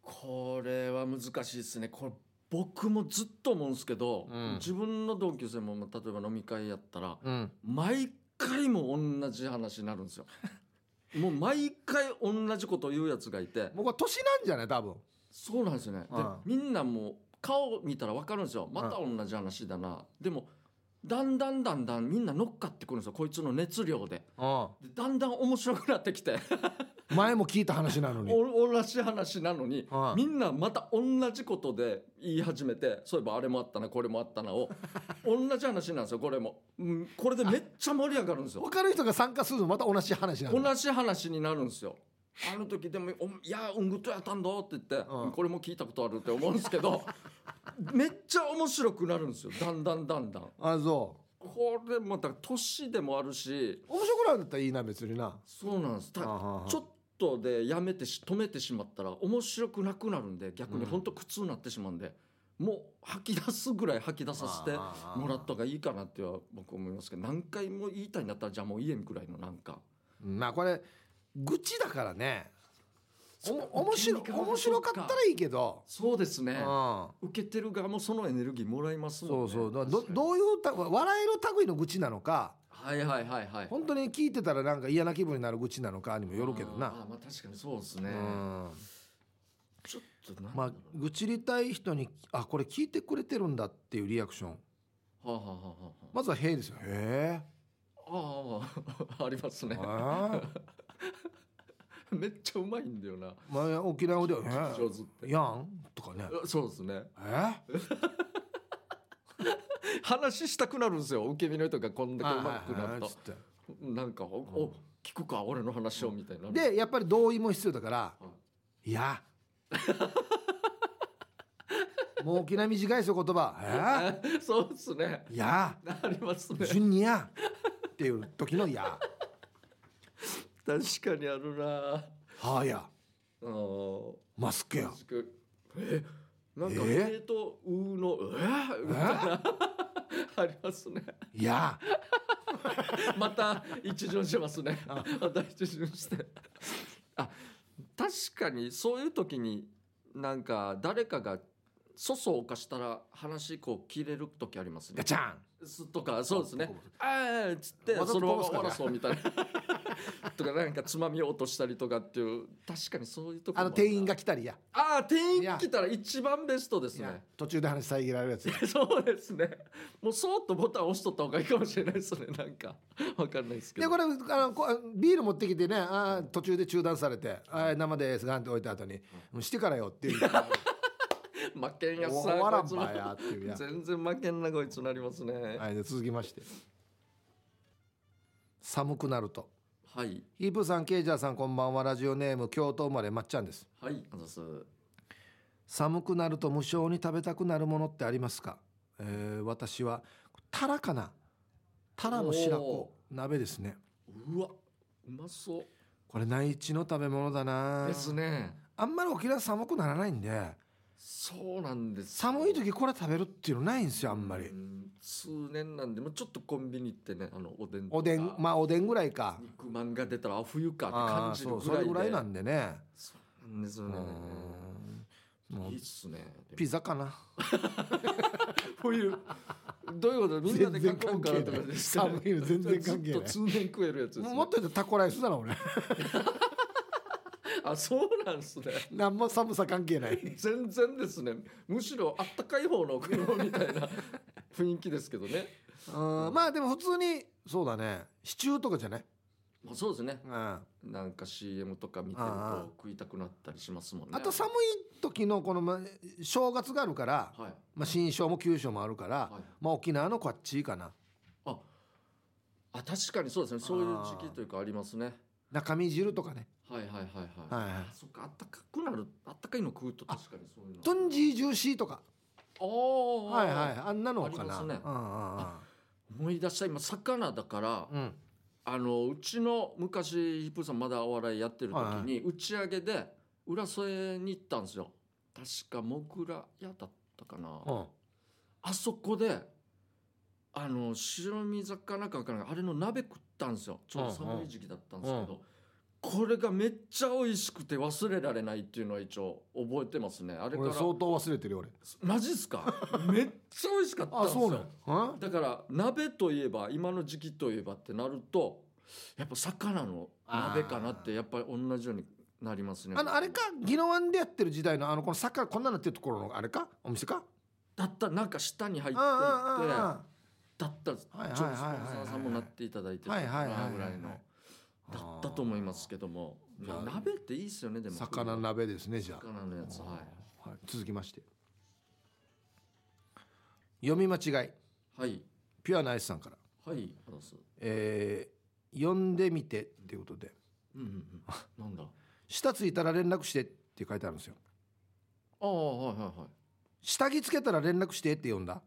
Speaker 1: これは難しいですねこれ僕もずっと思うんですけど、
Speaker 2: うん
Speaker 1: 自分の同級生もまあ例えば飲み会やったら
Speaker 2: うん
Speaker 1: 毎回も同じ話になるんですよもう毎回同じこと言うやつがいて
Speaker 2: 僕は年なんじゃない多分
Speaker 1: そうなんですよね。で
Speaker 2: うん、
Speaker 1: みんなもう顔見たらわかるんですよ。また同じ話だな。でも、だんだんだんだんみんな乗っかってくるんですよ。こいつの熱量で。
Speaker 2: うん
Speaker 1: でだんだん面白くなってきて。
Speaker 2: 前も聞いた話なのに。
Speaker 1: お同じ話なのに、
Speaker 2: はい
Speaker 1: みんなまた同じことで言い始めてそういえばあれもあったなこれもあったな を同じ話なんですよこれも、うん、これでめっちゃ盛り上がるんですよ
Speaker 2: 他の人が参加するのまた同じ話なの。
Speaker 1: 同じ話になるんですよあの時でも「おいやうんぐとやったんだ」って言って、
Speaker 2: うん
Speaker 1: これも聞いたことあるって思うんですけど めっちゃ面白くなるんですよだんだんだんだん
Speaker 2: あそ
Speaker 1: これもだから年でもあるし
Speaker 2: う。面白くなるんだったらいいな別にな。
Speaker 1: そうなんですた
Speaker 2: あはは
Speaker 1: ちょっとでやめてし止めてしまったら面白くなくなるんで逆に
Speaker 2: うん
Speaker 1: 本当苦痛になってしまうんで、もう吐き出すぐらい吐き出させてもらった方がいいかなっては僕思いますけど何回も言いたいんだったらじゃあもう家にくらいのなんか
Speaker 2: まあこれ愚痴だからね。おも
Speaker 1: そう
Speaker 2: 面白
Speaker 1: 受け身側が
Speaker 2: 面白かったらいいけど。
Speaker 1: そうです
Speaker 2: う
Speaker 1: ね
Speaker 2: ん。
Speaker 1: 受けてる側もそのエネルギーもらいます
Speaker 2: そ
Speaker 1: もん
Speaker 2: う
Speaker 1: ね
Speaker 2: そう。だから
Speaker 1: 確
Speaker 2: ど
Speaker 1: かに
Speaker 2: どういうた笑いの類の愚痴なのか。
Speaker 1: はいはいはいはい
Speaker 2: 本当に聞いてたらなんか嫌な気分になる愚痴なのかにもよるけど
Speaker 1: あ
Speaker 2: な。
Speaker 1: ーまあ確かにそうです
Speaker 2: う
Speaker 1: ね
Speaker 2: ん。
Speaker 1: ちょっとなんだ
Speaker 2: ま
Speaker 1: ろ
Speaker 2: あ
Speaker 1: う
Speaker 2: 愚痴りたい人にあこれ聞いてくれてるんだっていうリアクション。
Speaker 1: はあはあは
Speaker 2: まずはへえですよ。へ
Speaker 1: あはああ ーあります
Speaker 2: え。
Speaker 1: ね
Speaker 2: あー
Speaker 1: めっちゃうまいんだよな
Speaker 2: まあ沖縄ではへ
Speaker 1: 上手って
Speaker 2: え。やんとかね。
Speaker 1: そうですね
Speaker 2: え？
Speaker 1: 話したくなるんですよ受け身の人がこんだけうまくなる
Speaker 2: はいはいはい
Speaker 1: と
Speaker 2: つって
Speaker 1: なんかおお聞くか俺の話をみたいな
Speaker 2: でやっぱり同意も必要だから
Speaker 1: うん
Speaker 2: 「いや」もう沖縄短いですよ言葉
Speaker 1: あ そうですね
Speaker 2: 「えいや
Speaker 1: ありますね
Speaker 2: 順にや」っていう時の「いや
Speaker 1: 確かにあるな」
Speaker 2: 「はあや」
Speaker 1: あー
Speaker 2: 「マスクや
Speaker 1: マ」スクえなんか
Speaker 2: え
Speaker 1: えーとうーのえみたいなありますね
Speaker 2: 「いや
Speaker 1: また一巡しますね。また一巡して。あ、確かにそういう時になんか誰かが粗相を犯したら話こう切れる時あります」ね
Speaker 2: ガ。チャン
Speaker 1: すとかそうですね
Speaker 2: ここ。
Speaker 1: ああっつって
Speaker 2: わざ
Speaker 1: そ
Speaker 2: と
Speaker 1: のまま
Speaker 2: こ
Speaker 1: 終
Speaker 2: ぼ
Speaker 1: わら
Speaker 2: す
Speaker 1: そうみたいな。とかなんか つまみを落としたりとかっていう確かにそういう時も
Speaker 2: あ
Speaker 1: る
Speaker 2: の
Speaker 1: な
Speaker 2: 店員が来たりや
Speaker 1: ああ店員
Speaker 2: いや
Speaker 1: 来たら一番ベストで
Speaker 2: 「
Speaker 1: す
Speaker 2: いや
Speaker 1: ね。
Speaker 2: 途中で話遮られるやつ や
Speaker 1: そうですね。もうそーっとボタン押しとった方がいいかもしれないですね。なんかわかんないですけ
Speaker 2: で
Speaker 1: ど。
Speaker 2: これあのこうビール持ってきてねあー途中で中断されて「あー生です」ガンって置いた後に「もうしてからよ」っ ていう「
Speaker 1: 負けんやっ
Speaker 2: お
Speaker 1: さ
Speaker 2: 終わら
Speaker 1: こい
Speaker 2: ん
Speaker 1: つな
Speaker 2: ばや」っていう や
Speaker 1: 全然負けんなこいつなりますねはい、
Speaker 2: はい、で続きまして寒くなると
Speaker 1: はい
Speaker 2: ヒープーさんケイジャーさんこんばんはラジオネーム京都生まれまっちゃんです
Speaker 1: あざす
Speaker 2: 寒くなると無性に食べたくなるものってありますか、えー私はタラかなタラの白子鍋ですね
Speaker 1: うわうまそ
Speaker 2: これ内地の食べ物だな
Speaker 1: うですね
Speaker 2: あんまり沖縄寒くならないんで
Speaker 1: そうなんです
Speaker 2: 寒い時これ食べるっていうのないんですよあんまり
Speaker 1: うん数年なんでもうちょっとコンビニ行ってねあのおでんとか
Speaker 2: おでんまあおでんぐらいか
Speaker 1: 肉まんが出たらあ冬かって
Speaker 2: あ
Speaker 1: 感
Speaker 2: ー
Speaker 1: じ
Speaker 2: そ
Speaker 1: る
Speaker 2: う
Speaker 1: ぐ
Speaker 2: そ
Speaker 1: らい
Speaker 2: れ
Speaker 1: で
Speaker 2: ぐらいなんでね
Speaker 1: そうなんですよね
Speaker 2: うんもう
Speaker 1: いいっすね
Speaker 2: ピザかな
Speaker 1: 冬どういうことみんなで囲
Speaker 2: 全然
Speaker 1: む
Speaker 2: 関
Speaker 1: か
Speaker 2: 係
Speaker 1: ら
Speaker 2: ない
Speaker 1: とかです
Speaker 2: 寒いの全然関係な
Speaker 1: ず
Speaker 2: い
Speaker 1: っと通年食えるやつです、
Speaker 2: も
Speaker 1: ね、
Speaker 2: うもっと言うとタコライスだな俺
Speaker 1: あそうなんですね
Speaker 2: 何も寒さ関係ない
Speaker 1: 全然ですねむしろあったかい方の車みたい な雰囲気ですけどね、
Speaker 2: うんまあでも普通にそうだねシチューとかじゃない、
Speaker 1: まあ、そうですね
Speaker 2: うん、あ
Speaker 1: なんか CM とか見てる
Speaker 2: ああ
Speaker 1: と食いたくなったりしますもんね
Speaker 2: と寒い時のこの、ま、正月があるから、
Speaker 1: はい
Speaker 2: まあ、新正も旧正もあるから、
Speaker 1: はい
Speaker 2: まあ、沖縄のこっちかな
Speaker 1: ああ確かにそうですねそういう時期というかありますね
Speaker 2: 中身汁とかね、
Speaker 1: はいはいはいはい、
Speaker 2: はいはい
Speaker 1: あそっかあったかくなるあったかいの食うと確かにそういうの
Speaker 2: トンジージューシーとか
Speaker 1: おー
Speaker 2: はいはいあんなの
Speaker 1: あ
Speaker 2: か
Speaker 1: りま
Speaker 2: な、
Speaker 1: すね
Speaker 2: うん
Speaker 1: 思い出した今魚だから、
Speaker 2: うんうんうん
Speaker 1: あのうちの昔ヒップーさんまだお笑いやってる時に打ち上げで浦添に行ったんですよ確かモグラ屋だったかな、
Speaker 2: うん
Speaker 1: あそこであの白身魚かわからないあれの鍋食ったんですよちょうど寒い時期だったんですけど、これがめっちゃ美味しくて忘れられないっていうのは一応覚えてますねあれから
Speaker 2: 俺相当忘れてるよ俺
Speaker 1: マジっすかめっちゃ美味しかったん
Speaker 2: あ
Speaker 1: です
Speaker 2: そうな
Speaker 1: よ
Speaker 2: のうん
Speaker 1: だから鍋といえば今の時期といえばってなるとやっぱ魚の鍋かなってやっぱり同じようになりますね
Speaker 2: あのあれか宜野湾でやってる時代のあのこのサッカーこんなのってるところのあれかお店か
Speaker 1: だったらなんか下に入っていってだ
Speaker 2: あ
Speaker 1: ったらちょっとスポン
Speaker 2: はいはいはいはい
Speaker 1: サーさんもなっていただいてたか
Speaker 2: はいはいはい
Speaker 1: な
Speaker 2: はい
Speaker 1: ぐらいのだったと思いますけども、
Speaker 2: じゃあ
Speaker 1: まあ鍋っていいですよねでも
Speaker 2: 魚鍋ですねじゃあ
Speaker 1: 魚のやつは
Speaker 2: はい、続きまして読み間違い
Speaker 1: いはい
Speaker 2: ピュアナイスさんから、
Speaker 1: はいあざっす
Speaker 2: えー読んでみてっていうことで
Speaker 1: うんうんうんなんだ
Speaker 2: 下ついたら連絡してって書いてあるんですよ
Speaker 1: ああはいはいはい
Speaker 2: 下着つけたら連絡してって読んだ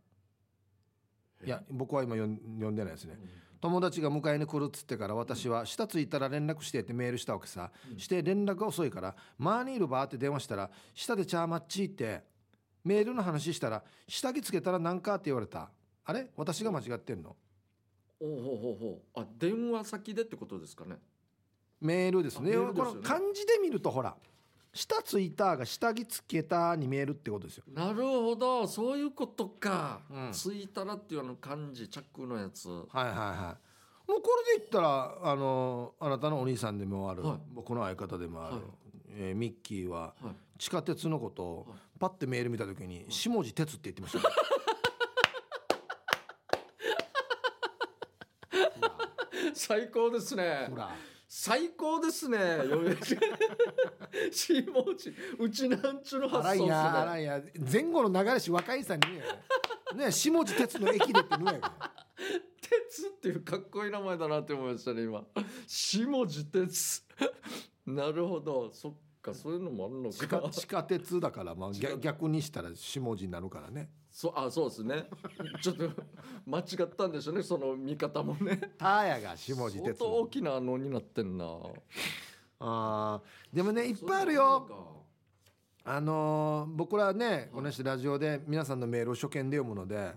Speaker 1: え
Speaker 2: いや僕は今読ん読んでないですね
Speaker 1: うん
Speaker 2: 友達が迎えに来るっつってから私は下ついたら連絡してってメールしたわけさ、して連絡が遅いから「マーニールバー」って電話したら「下でチャーマッチ」ってメールの話したら「下着つけたらなんか?」って言われたあれ私が間違ってんの
Speaker 1: おうほうほうほうあ電話先でってことですかね
Speaker 2: メールですね
Speaker 1: あメールです
Speaker 2: こ
Speaker 1: よね
Speaker 2: の漢字で見るとほら「下ついた」が「下着つけた」に見えるってことですよ
Speaker 1: なるほどそういうことか、
Speaker 2: うん
Speaker 1: ついたらっていうあの漢字着のやつは
Speaker 2: はいはいはいもうこれで言ったらあのあなたのお兄さんでもある、
Speaker 1: はい
Speaker 2: 僕の相方でもある、
Speaker 1: はい
Speaker 2: えーミッキーはい地下鉄のことを
Speaker 1: はい
Speaker 2: パッてメール見た時に「下地鉄」って言ってましたね、
Speaker 1: 最高ですね
Speaker 2: ほら
Speaker 1: 最高ですねよ うやくしもちうちなんちゅの
Speaker 2: ほら
Speaker 1: 発想
Speaker 2: 荒
Speaker 1: で
Speaker 2: い
Speaker 1: す
Speaker 2: や
Speaker 1: ね
Speaker 2: 荒いや前後の流れし若いさんに言えよね下地鉄の駅でって 言えよ
Speaker 1: 鉄っていうかっこいい名前だなって思いましたね今下地鉄なるほどそっかそういうのもあるの
Speaker 2: 地
Speaker 1: か
Speaker 2: 下地下鉄だから、まあ、
Speaker 1: 下
Speaker 2: 逆逆にしたら下地になるからね
Speaker 1: そあそうですねちょっと間違ったんでしょうねその見方もね
Speaker 2: 「たや」が下地
Speaker 1: 相
Speaker 2: 鉄
Speaker 1: 当大きなのになってんな
Speaker 2: あーでもねいっぱいあるよあのー僕らねこの人ラジオで皆さんのメールを初見で読むので
Speaker 1: はい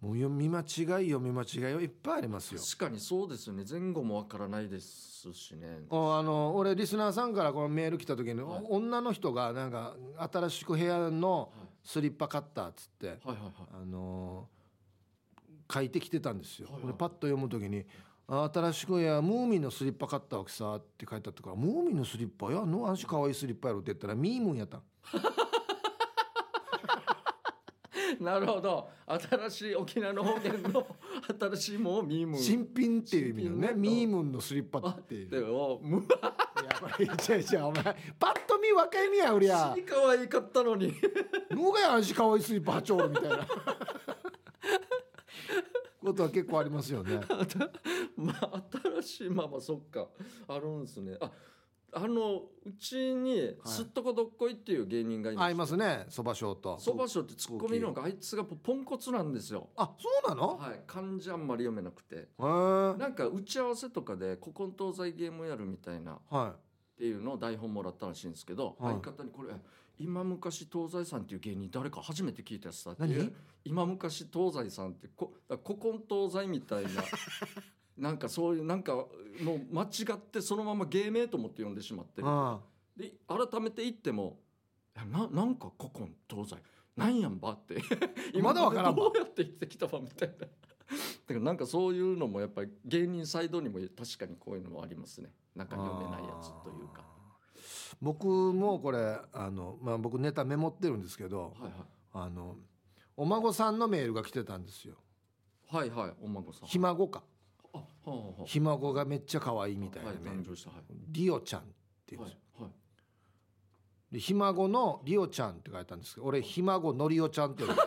Speaker 2: もう読み間違い読み間違いはいっぱいありますよ。
Speaker 1: 確かにそうですよね前後もわからないですしね
Speaker 2: おあのー俺リスナーさんからこのメール来た時に、お
Speaker 1: はい
Speaker 2: 女の人がなんか新しく部屋のスリッパ買ったっつって、
Speaker 1: はいはいはい
Speaker 2: あのー書いてきてたんですよ。
Speaker 1: はいはい
Speaker 2: 俺パッと読む時に「あ新しく部屋ムーミンのスリッパ買ったわけさ」って書いてあったから「ムーミンのスリッパいやのあんし可愛いスリッパやろ」って言ったら「ミームンやったん
Speaker 1: はいなるほど新しい沖縄の方言の新しいもをミーム
Speaker 2: 新品っていう意味のね
Speaker 1: 新品ね
Speaker 2: ミームンのスリッパっていう。
Speaker 1: でもむっ
Speaker 2: いやばい違う違うお前パッと見若い見や俺
Speaker 1: ち
Speaker 2: や
Speaker 1: ゃ可愛かったのに
Speaker 2: 脳がやんしかわいすぎパチョールみた いなことは結構ありますよね
Speaker 1: まあ新しいまあまあそっかあるんですねああのうちにすっとこどっこいっていう芸人がいま
Speaker 2: 合
Speaker 1: す
Speaker 2: いますねそばしょうと
Speaker 1: そばしょってツッコミの方があいつがポンコツなんですよ
Speaker 2: あそうなの、
Speaker 1: はい漢字あんまり読めなくて
Speaker 2: へー
Speaker 1: なんか打ち合わせとかで古今東西ゲームやるみたいなっ
Speaker 2: は
Speaker 1: ていうのを台本もらったらしいんですけど、
Speaker 2: はい
Speaker 1: 相方にこれ今昔東西さんっていう芸人誰か初めて聞いたやつだって
Speaker 2: 何
Speaker 1: いう今昔東西さんってこだから古今東西みた いななんかそういうなんかもう間違ってそのまま芸名と思って呼んでしまっ
Speaker 2: い
Speaker 1: て
Speaker 2: う
Speaker 1: る
Speaker 2: ん
Speaker 1: で改めて言ってもいやななんか古今東西なんやんばって
Speaker 2: まだわからんば
Speaker 1: 今までどうやって生きてきたばみたいなだからなんかそういうのもやっぱり芸人サイドにも確かにこういうのもありますねなんか読めないやつというか
Speaker 2: 僕もこれあの、まあ、僕ネタメモってるんですけど
Speaker 1: は
Speaker 2: あのお孫さんのメールが来てたんですよ
Speaker 1: いはいはいはいお孫さん
Speaker 2: ひ孫か
Speaker 1: あはあはあ
Speaker 2: ひ孫がめっちゃ可愛いみたいな
Speaker 1: はい
Speaker 2: ね、
Speaker 1: 誕生したはい
Speaker 2: リオちゃんっていうん
Speaker 1: は
Speaker 2: ですよ
Speaker 1: いはい
Speaker 2: でひ孫のりおちゃんって書いたんですけど俺ひ孫のりおちゃんって呼ぶ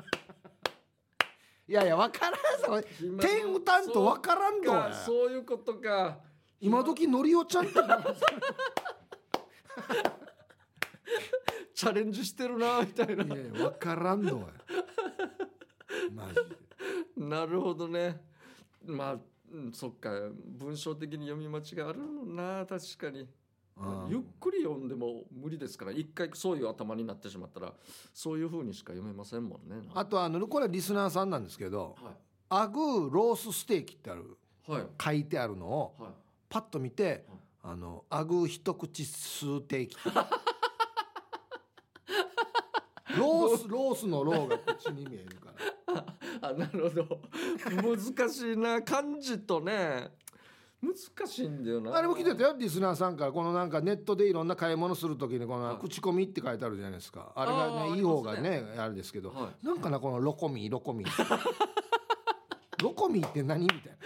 Speaker 2: いやいや分からんぞおい点打たんと分からんぞ
Speaker 1: そうか
Speaker 2: おい
Speaker 1: そういうことか
Speaker 2: 今時のりおちゃんって なんだ
Speaker 1: チャレンジしてるなみたいない
Speaker 2: やいや分からんぞおいマジで
Speaker 1: なるほどねまあうんそっか文章的に読み間違いあるな確かに
Speaker 2: うん
Speaker 1: ゆっくり読んでも無理ですから一回そういう頭になってしまったらそういうふうにしか読めませんもんね
Speaker 2: あとあのこれはリスナーさんなんですけど
Speaker 1: は
Speaker 2: アグーロースステーキってある
Speaker 1: いはい
Speaker 2: 書いてあるのを
Speaker 1: は
Speaker 2: パッと見てあのアグー一口スーテーキ ロースロースのローが口に見えるから
Speaker 1: いあなるほど難しいな漢字とね難しいんだよな
Speaker 2: あれも来てたよリスナーさんからこのなんかネットでいろんな買い物する時にこ
Speaker 1: は
Speaker 2: の
Speaker 1: い
Speaker 2: 口コミって書いてあるじゃないですかあれ
Speaker 1: あ
Speaker 2: が
Speaker 1: ー
Speaker 2: ねいい方
Speaker 1: あ
Speaker 2: が
Speaker 1: りま
Speaker 2: ねあれですけど
Speaker 1: は
Speaker 2: なんかなこ のロコミロコミロコミって何みたいな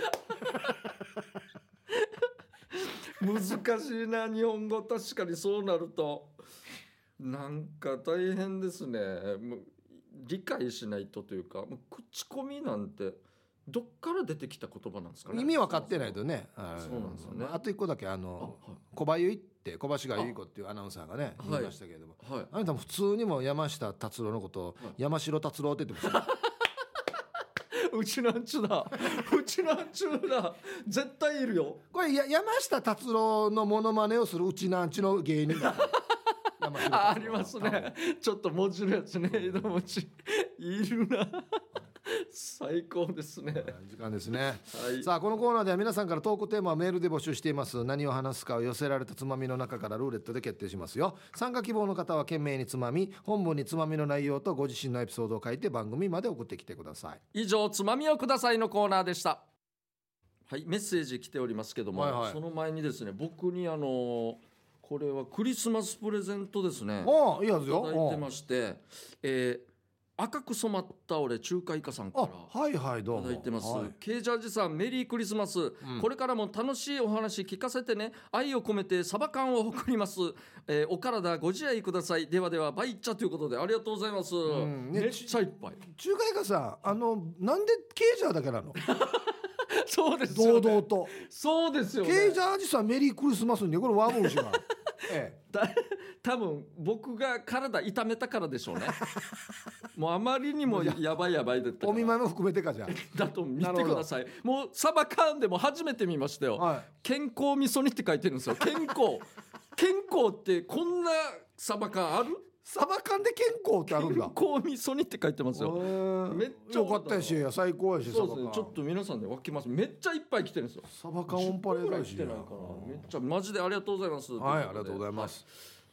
Speaker 1: 難しいな日本語確かにそうなるとなんか大変ですねもう理解しないとというかもう口コミなんてどっから出てきた言葉なんですかね
Speaker 2: 意味分かってないとね
Speaker 1: そうなんですよね
Speaker 2: あと一個だけあ
Speaker 1: あ
Speaker 2: の
Speaker 1: は
Speaker 2: 小林ゆいって小林がゆい子っていうアナウンサーがね
Speaker 1: はい
Speaker 2: 言いましたけれども、
Speaker 1: いはい
Speaker 2: あなたも普通にも山下達郎のことを
Speaker 1: はい
Speaker 2: 山城達郎って言ってましたよ
Speaker 1: うちなんちゅうだ うちなんちゅうだ絶対いるよ
Speaker 2: これや山下達郎のモノマネをするうちなんちの芸人だ山城達郎
Speaker 1: あありますねちょっと文字のやつね
Speaker 2: うん
Speaker 1: 江戸文字いるな最高ですね
Speaker 2: 多分時間ですね
Speaker 1: はい
Speaker 2: さあこのコーナーでは皆さんからトークテーマをメールで募集しています何を話すかを寄せられたつまみの中からルーレットで決定しますよ参加希望の方は懸命につまみ本文につまみの内容とご自身のエピソードを書いて番組まで送ってきてください
Speaker 1: 以上つまみをくださいのコーナーでしたはいメッセージ来ておりますけども、
Speaker 2: はいはい
Speaker 1: その前にですね僕にあのこれはクリスマスプレゼントですね
Speaker 2: おういいやつ
Speaker 1: いた
Speaker 2: よ
Speaker 1: だいてまして、えー赤く染まった俺中華イカさんか
Speaker 2: お
Speaker 1: ら
Speaker 2: うあはいはいどう
Speaker 1: い
Speaker 2: も
Speaker 1: ただいてます、
Speaker 2: はい
Speaker 1: ケイジャージさんメリークリスマス、
Speaker 2: ん
Speaker 1: これからも楽しいお話聞かせてね愛を込めてサバ缶を送ります、えーお体ご自愛くださいではではバイチャということでありがとうございます、
Speaker 2: んね
Speaker 1: めっちゃいっ ぱい
Speaker 2: 中華以下さんあのなんでケイジャーだけ なの
Speaker 1: そうですよ
Speaker 2: 堂
Speaker 1: ね
Speaker 2: 々と
Speaker 1: そうですよね
Speaker 2: ケイジャーじさんメリークリスマスにねこれワームウシ がえ
Speaker 1: だ多分僕が体痛めたからでしょ うねもうあまりにもやばいやばいだっ
Speaker 2: え
Speaker 1: た
Speaker 2: お
Speaker 1: から
Speaker 2: 見舞いも含めてかじゃ
Speaker 1: だと見てくださいもうサバ缶でも初めて見ましたよ、
Speaker 2: あはい
Speaker 1: 健康味噌煮って書いてるんですよ健康健康ってこんなサバ缶ある
Speaker 2: サバ缶で健康ってある
Speaker 1: 健
Speaker 2: んだ
Speaker 1: 康味噌煮って書いてますよめ
Speaker 2: め
Speaker 1: っちゃ
Speaker 2: よかったやしいや最高やし
Speaker 1: そうですね
Speaker 2: サバ缶
Speaker 1: ちょっと皆さんで分けますめっちゃいっぱい来てるんですよ
Speaker 2: サバ缶オンパレー
Speaker 1: ぐ
Speaker 2: ド
Speaker 1: らい
Speaker 2: や
Speaker 1: 来
Speaker 2: して
Speaker 1: ないからめっちゃマジでありがとうございます
Speaker 2: はいありがとうございますす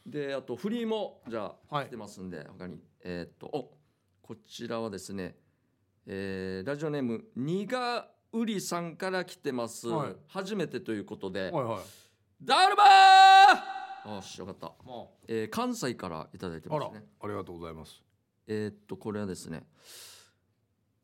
Speaker 1: であとフリーもじゃあ
Speaker 2: はい
Speaker 1: 来てますんで、他にえーっとおこちらはですね、えーラジオネームにがうりさんから来てます、
Speaker 2: はい
Speaker 1: 初めてということで、
Speaker 2: はいはい
Speaker 1: ダルバーよしよかった、えー関西からいただいて
Speaker 2: あ
Speaker 1: ま
Speaker 2: ら
Speaker 1: すね
Speaker 2: ありがとうございます
Speaker 1: えーっとこれはですね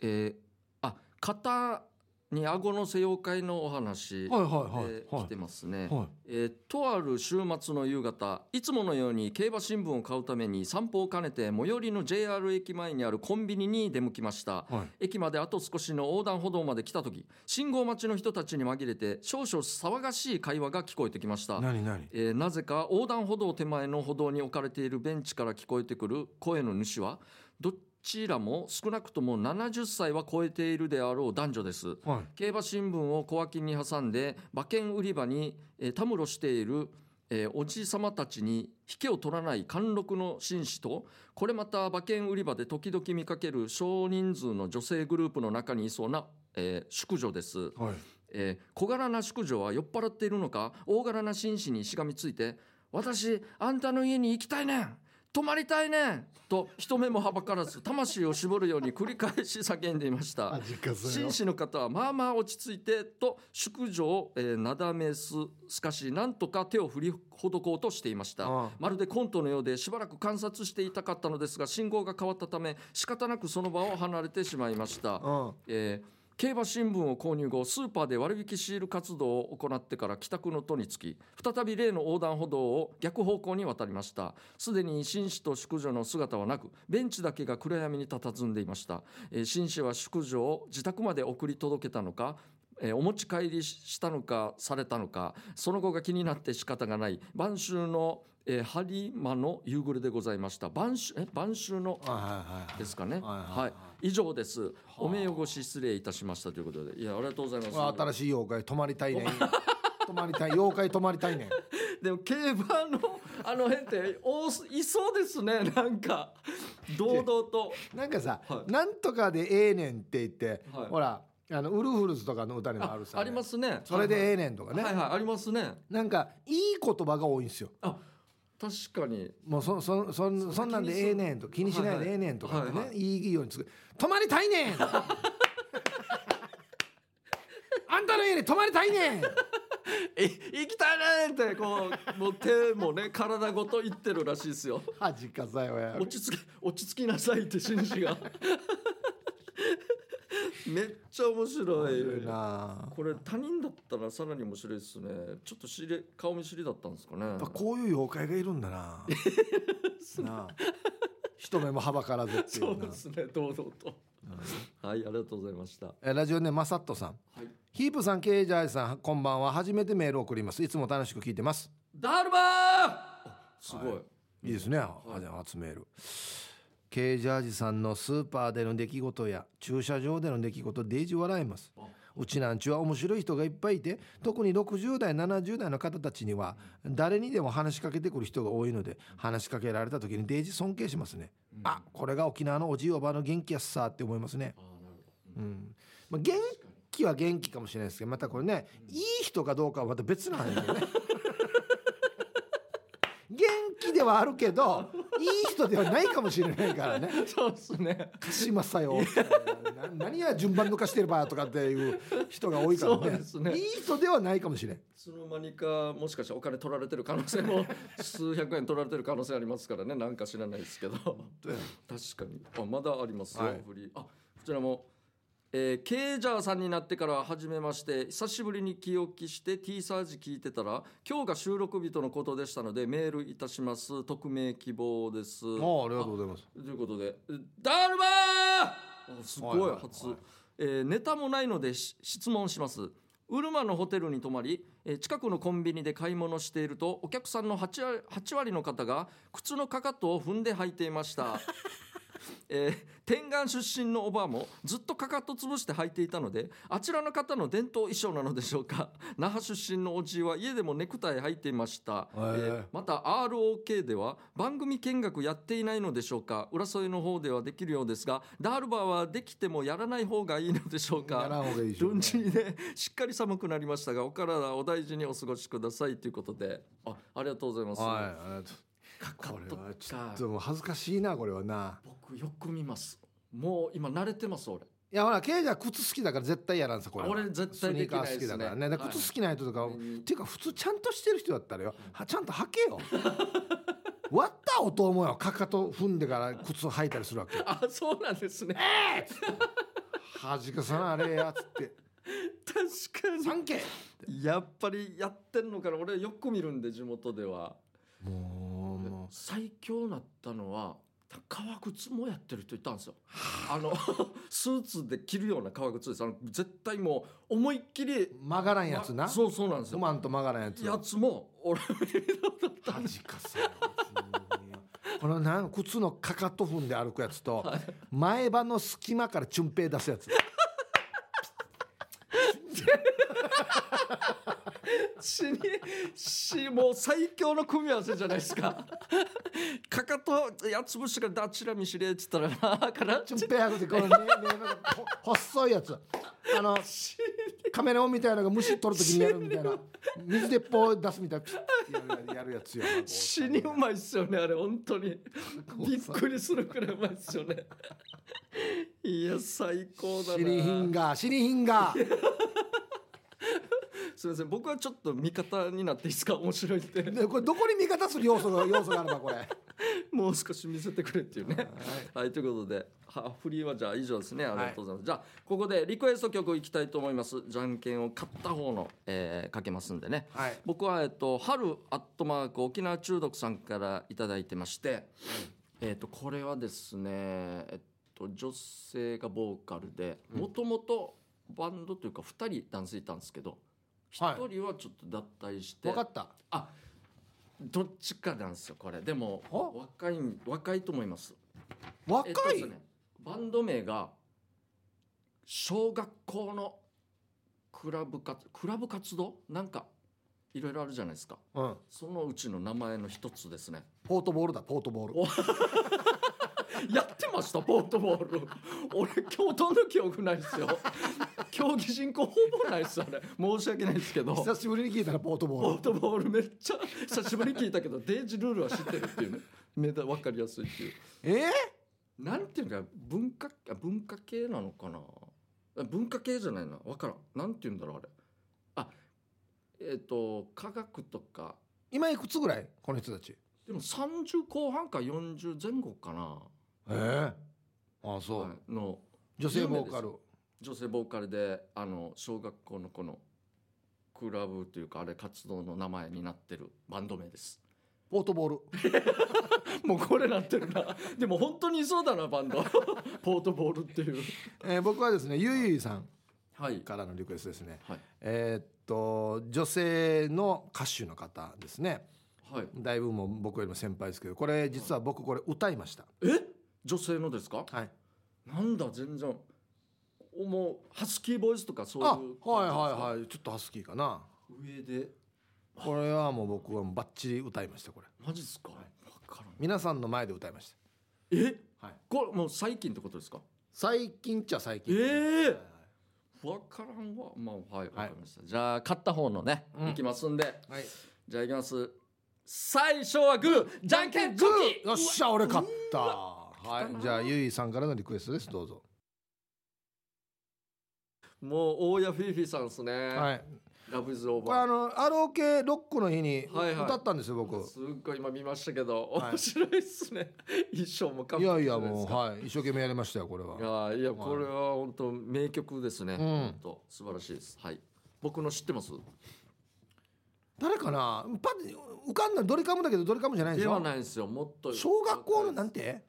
Speaker 1: えーあ肩に顎の西洋会のお話で
Speaker 2: はいはいはい
Speaker 1: 来てますね、
Speaker 2: はい
Speaker 1: えーとある週末の夕方いつものように競馬新聞を買うために散歩を兼ねて最寄りの JR 駅前にあるコンビニに出向きました
Speaker 2: はい
Speaker 1: 駅まであと少しの横断歩道まで来た時信号待ちの人たちに紛れて少々騒がしい会話が聞こえてきました
Speaker 2: 何何
Speaker 1: えーなぜか横断歩道手前の歩道に置かれているベンチから聞こえてくる声の主はどちらも少なくとも70歳は超えているであろう男女です
Speaker 2: はい
Speaker 1: 競馬新聞を小脇に挟んで馬券売り場に、えーたむろしている、えーおじさまたちに引けを取らない貫禄の紳士とこれまた馬券売り場で時々見かける少人数の女性グループの中にいそうな、えー淑女です。
Speaker 2: はい
Speaker 1: えー小柄な淑女は酔っ払っているのか大柄な紳士にしがみついて「私あんたの家に行きたいねん泊まりたいねん!」と人目もはばからず魂を絞るように繰り返し叫んでいました
Speaker 2: 実家
Speaker 1: 紳士の方はまあまあ落ち着いてと淑女を、えーなだめすしかしなんとか手を振りほどこうとしていました
Speaker 2: あ
Speaker 1: まるでコントのようでしばらく観察していたかったのですが信号が変わったため仕方なくその場を離れてしまいました
Speaker 2: あ
Speaker 1: えー競馬新聞を購入後スーパーで割引シール活動を行ってから帰宅の途につき再び例の横断歩道を逆方向に渡りましたすでに紳士と淑女の姿はなくベンチだけが暗闇に佇んでいました、えー紳士は淑女を自宅まで送り届けたのかえーお持ち帰りしたのかされたのかその後が気になって仕方がない晩秋の、えー、播磨の夕暮れでございました晩秋え晩秋の
Speaker 2: はいはいはい
Speaker 1: ですかね。
Speaker 2: はいはい
Speaker 1: は
Speaker 2: はい
Speaker 1: い、以上です。お名誉し失礼いたしましたということで、いや、ありがとうござい
Speaker 2: わ
Speaker 1: ま
Speaker 2: 新しい妖怪泊まりた いね泊まりたい妖怪泊まりたいね
Speaker 1: す。でも、競馬 の、あの辺って、おす、いそうですね、なんか。堂々と。
Speaker 2: なんかさ
Speaker 1: はい
Speaker 2: なんとかでええねんって言って
Speaker 1: はい
Speaker 2: ほらあのウルフルズとかの歌にもあ
Speaker 1: あ
Speaker 2: るさ
Speaker 1: ありますね。
Speaker 2: それでええねんとか
Speaker 1: はいはい。はい
Speaker 2: ね
Speaker 1: はい、ありますね。
Speaker 2: なんかいい言葉が多いんですよ
Speaker 1: あ、確かに。
Speaker 2: もうそそそんそんなんでええねんと気にしないでええねんとかってね、
Speaker 1: はい
Speaker 2: い、
Speaker 1: はい
Speaker 2: ようにつく「泊まりたい ねん! 」あんたの家に泊まりたいねん
Speaker 1: え、行きたいねって、こう、もう手もね、体ごと言ってるらしいですよ。
Speaker 2: 恥かさよや
Speaker 1: 落ち着け、落ち着きなさいって紳士が。めっちゃ面白い
Speaker 2: 面白いな
Speaker 1: これ他人だったらさらに面白いですねちょっと知れ顔見知りだったんですかね
Speaker 2: やっぱこういう妖怪がいるん だななあ人目もはばからずってい
Speaker 1: そうう
Speaker 2: な
Speaker 1: ですね堂々と
Speaker 2: うん
Speaker 1: はいありがとうございました
Speaker 2: えラジオネームマサットさん、
Speaker 1: い
Speaker 2: ヒープさんケイジャーイさんこんばんは初めてメールを送りますいつも楽しく聞いてます
Speaker 1: ダルバーあすごい、
Speaker 2: はいいいですね、
Speaker 1: い
Speaker 2: は初メールケイジャージさんのスーパーでの出来事や駐車場での出来事デイジ笑います
Speaker 1: あ
Speaker 2: うちなんちは面白い人がいっぱいいて特に60代70代の方たちには誰にでも話しかけてくる人が多いので話しかけられた時にデイジ尊敬しますね、あこれが沖縄のおじいおばの元気やっさって思いますね
Speaker 1: あなるほど
Speaker 2: うん、まあ、元気は元気かもしれないですけどまたこれねいい人かどうかはまた別の話だよね元気ではあるけどいい人ではないかもしれないからね
Speaker 1: そうですね
Speaker 2: 「しまさよ」な何や順番抜かしてれば」とかっていう人が多いから
Speaker 1: そう
Speaker 2: ね
Speaker 1: ですね
Speaker 2: いい人ではないかもしれん
Speaker 1: いつの間にかもしかしたらお金取られてる可能性も数百円取られてる可能性ありますからねなんか知らないですけど
Speaker 2: 当や
Speaker 1: 確かにあまだありますよ、
Speaker 2: はい
Speaker 1: フリーあこちらもえーケイジャーさんになってから初めまして久しぶりに気をきして T サージ聞いてたら今日が収録日とのことでしたのでメールいたします匿名希望です
Speaker 2: あありがとうございます
Speaker 1: ということで「ダルマー!あ」すごい
Speaker 2: はいはいはい
Speaker 1: 初、えーネタもないのでし質問しますウルマのホテルに泊まり、えー近くのコンビニで買い物しているとお客さんの 8, 割8割の方が靴のかかとを踏んで履いていま した、えー天眼出身のおばあもずっとかかと潰して履いていたのであちらの方の伝統衣装なのでしょうか那覇出身のおじいは家でもネクタイ履いていました、
Speaker 2: へー
Speaker 1: えーまた ROK では番組見学やっていないのでしょうか浦添の方ではできるようですがダールバーはできてもやらない方がいいのでしょう
Speaker 2: やら
Speaker 1: か
Speaker 2: ん方がいいでしょう
Speaker 1: 順
Speaker 2: ね
Speaker 1: 次ねしっかり寒くなりましたがお体お大事にお過ごしくださいということであありがとうございます、
Speaker 2: はいありがとう
Speaker 1: か
Speaker 2: これはちょ
Speaker 1: か
Speaker 2: っともう恥ずかしいなこれはな
Speaker 1: 僕よく見ますもう今慣れてます俺
Speaker 2: いやほらケイジャー靴好きだから絶対やらんさこれは
Speaker 1: 俺絶対できないですね
Speaker 2: スニーカー好きだからねだから靴好きな人とか、
Speaker 1: はい
Speaker 2: っていうか普通ちゃんとしてる人だったらよはちゃんと履けよ割った音思うよかかと踏んでから靴を履いたりするわけ
Speaker 1: あそうなんですね
Speaker 2: 恥かさなあれやつって
Speaker 1: 確か
Speaker 2: 三軒
Speaker 1: にやっぱりやってんのかな俺よく見るんで地元では
Speaker 2: もうもう
Speaker 1: 最強なったのは革靴もやってる人いたんですよあの スーツで着るような革靴ですあの絶対もう思いっきり
Speaker 2: 曲がらんやつな
Speaker 1: そうそうなんです
Speaker 2: ご
Speaker 1: よ
Speaker 2: まんと曲がらんやつ
Speaker 1: やつも俺
Speaker 2: 恥かさなこのなん靴のかかと踏んで歩くやつと前歯の隙間からチュンペイ出 すやつ
Speaker 1: 死に死もう最強の組み合わせじゃないですか かかとやつぶしがダチラミしれっつったら なから
Speaker 2: チュンペイやるでこのねねほ細いやつあのカメレオンみたいなのが虫取る時にやるみたいな水鉄砲出すみたいなピッてやるやるやつよ
Speaker 1: 死にうまいっすよねあれ本当にびっくりするくらいうまいっすよねいや最高だな
Speaker 2: シリヒンガーシリヒンガー
Speaker 1: すみません僕はちょっと味方になっていいですか面白いって
Speaker 2: ねこれどこに味方する要素が要素があるなこれ
Speaker 1: もう少し見せてくれっていうねはい、ということではフリーはじゃあ以上ですねありがとうございます、じゃあここでリクエスト曲いきたいと思いますじゃんけんを買った方の、えーかけますんでね、
Speaker 2: はい
Speaker 1: 僕はえっと春アットマーク沖縄中毒さんから頂いただいてまして、えっとこれはですねえっと女性がボーカルでもともとバンドというか2人男性いたんですけど
Speaker 2: はい
Speaker 1: 1人はちょっと脱退して、
Speaker 2: 分かった
Speaker 1: あどっちかなんですよこれでも
Speaker 2: あ
Speaker 1: 若い若いと思います
Speaker 2: 若
Speaker 1: え
Speaker 2: い
Speaker 1: っとですねバンド名が小学校のクラブ活クラブ活動なんかいろいろあるじゃないですか
Speaker 2: うん
Speaker 1: そのうちの名前の一つですね
Speaker 2: ポートボールだポートボール
Speaker 1: お やってましたポートボール 俺今日とんど記憶ないですよ 競技人口ほぼないですあれ申し訳ないですけど
Speaker 2: 久しぶりに聞いたらポートボ
Speaker 1: ポ
Speaker 2: ー
Speaker 1: ー
Speaker 2: ル
Speaker 1: トボールめっちゃ久しぶりに聞いたけどデイジルールは知ってるっていうね目だ分かりやすいっていう
Speaker 2: え
Speaker 1: なんていうか文化あ文化系なのかなあ文化系じゃないな分からんなんていうんだろうあれあえっ、と科学とか
Speaker 2: 今いくつぐらいこの人たち
Speaker 1: でも30後半か40前後かな、
Speaker 2: ええあそ
Speaker 1: はいの
Speaker 2: 女性ボーカル
Speaker 1: 女性ボーカルであの小学校のこのクラブというかあれ活動の名前になってるバンド名です
Speaker 2: ポートボール
Speaker 1: もうこれなってるな でも本当にいそうだなバンド ポートボールっていう
Speaker 2: えー僕はですねゆいゆいさん
Speaker 1: はい
Speaker 2: からのリクエストですね
Speaker 1: はい
Speaker 2: えーっと女性の歌手の方ですね
Speaker 1: はい
Speaker 2: だいぶもう僕よりも先輩ですけどこれ実は僕これ歌いました
Speaker 1: え女性のですか
Speaker 2: はい
Speaker 1: なんだ全然おもうハスキーボイスとかそういう
Speaker 2: あはい
Speaker 1: い
Speaker 2: はいはいちょっとハスキーかな
Speaker 1: 上で
Speaker 2: これはもう僕はもうバッチリ歌いましたこれ
Speaker 1: マジっすか、わからん
Speaker 2: 皆さんの前で歌いまし
Speaker 1: え
Speaker 2: た、はい、
Speaker 1: これもう最近ってことですか
Speaker 2: 最近っちゃ最
Speaker 1: ええ
Speaker 2: 近
Speaker 1: ーわからんわまあはいわ
Speaker 2: はい
Speaker 1: かりました、じゃあ勝った方のね、
Speaker 2: うん
Speaker 1: いきますんで
Speaker 2: はい、
Speaker 1: じゃあいきます最初はグーじゃんけんチョキ
Speaker 2: よっしゃ俺勝ったは
Speaker 1: 来たない
Speaker 2: じゃあゆいさんからのリクエストですどうぞ
Speaker 1: もう大家フィーフィーさんですね、
Speaker 2: はい
Speaker 1: ラブイズオー
Speaker 2: これあ
Speaker 1: バー
Speaker 2: のアローケロックの日に
Speaker 1: はいはい
Speaker 2: 歌ったんですよ僕
Speaker 1: すっごい今見ましたけど、
Speaker 2: はい
Speaker 1: 面白いっすね衣装も完
Speaker 2: い
Speaker 1: 璧じゃ
Speaker 2: や
Speaker 1: ないいで
Speaker 2: やも
Speaker 1: す
Speaker 2: う
Speaker 1: か
Speaker 2: はい一生懸命やりましたよこれはい
Speaker 1: やいやこれは本当名曲ですね、
Speaker 2: ん
Speaker 1: 本当素晴らしいですはい僕の知ってます
Speaker 2: 誰かなパッて浮かんだのドリカムだけどドリカムじゃないんで
Speaker 1: で
Speaker 2: し
Speaker 1: は
Speaker 2: ょ
Speaker 1: ないんですよもっと
Speaker 2: 小学校のなんて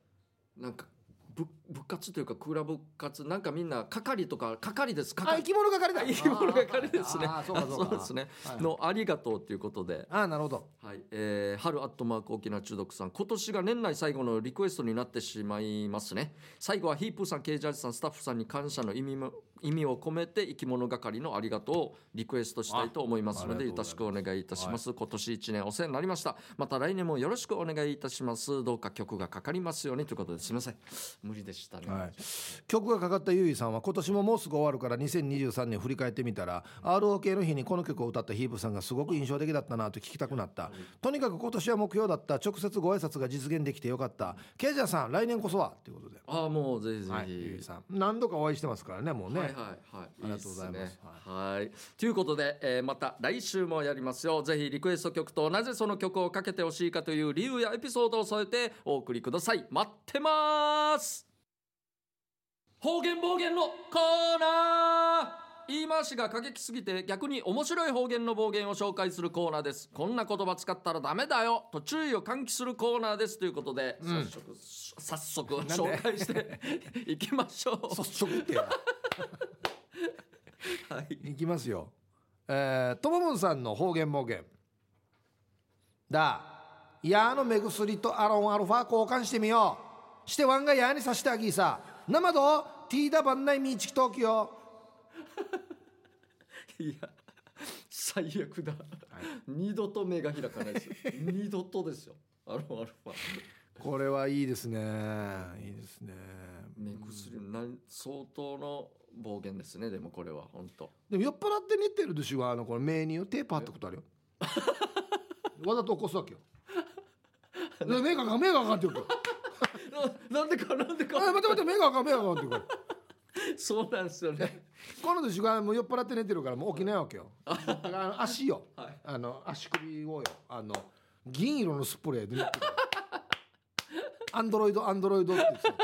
Speaker 1: なんか部部活というかクーラ部活なんかみんな係とか係です
Speaker 2: あ生
Speaker 1: 係
Speaker 2: き物係だ
Speaker 1: 生き物係ですね
Speaker 2: あーそうか そう
Speaker 1: あ
Speaker 2: か
Speaker 1: ですね、
Speaker 2: はい
Speaker 1: のありがとうということで
Speaker 2: あーなるほど
Speaker 1: はい、えー、春アットマーク沖縄中毒さん今年が年内最後のリクエストになってしまいますね最後はヒープーさんケージャージさんスタッフさんに感謝の意味も意味を込めて生き物係のありがとうをリクエストしたいと思いますので
Speaker 2: あ
Speaker 1: よ
Speaker 2: りがと
Speaker 1: ろ
Speaker 2: うござ
Speaker 1: しくお
Speaker 2: います
Speaker 1: 願いいたします、今年一年お世話になりましたまた来年もよろしくお願いいたしますどうか曲がかかりますようにということですみません無理でしたね、
Speaker 2: はい、曲がかかったゆいさんは今年ももうすぐ終わるから2023年振り返ってみたら ROK の日にこの曲を歌ったヒープさんがすごく印象的だったなと聞きたくなったとにかく今年は目標だった直接ご挨拶が実現できてよかったケイジャーさん来年こそはということで、
Speaker 1: ああもうぜひぜひ、
Speaker 2: はい、ゆいさん何度かお会いしてますからねもうね、
Speaker 1: はいはいはい。
Speaker 2: ありがとうございます
Speaker 1: っねはい。ということで、えーまた来週もやりますよ。ぜひリクエスト曲となぜその曲をかけてほしいかという理由やエピソードを添えてお送りください。待ってます。方言暴言のコーナー。言い回しが過激すぎて逆に面白い方言の暴言を紹介するコーナーです。こんな言葉使ったらダメだよと注意を喚起するコーナーですということで、
Speaker 2: うん
Speaker 1: 早速早速
Speaker 2: で
Speaker 1: 紹介していきましょう。
Speaker 2: 早速ってや
Speaker 1: はい
Speaker 2: いきますよえーとももんさんの方言暴言だいやーの目薬とアロンアルファ交換してみようしてワンがやーにさしてあぎーさ生どティーダバンナイミーチキトーキよ
Speaker 1: いや最悪だ、二度と目が開かないですよ二度とですよアロンアルファ
Speaker 2: これはいいですねいいですね
Speaker 1: 目薬なん相当の暴言ですねでもこれは本当
Speaker 2: でも酔っ払って寝てるでしょあのこの目にテープ貼ったことあるよわざと起こすわけよで目がかん目がかかんって言うから
Speaker 1: ななんでかなんでか
Speaker 2: あ待って待って目がかん目がかんって言うから
Speaker 1: そうなんですよね
Speaker 2: この年がもう酔っ払って寝てるからもう起きないわけよ。だからあの足よ、
Speaker 1: はい
Speaker 2: あの足首をよ、あの銀色のスプレーで塗ってる。アンドロイドアンドロイドって言ってた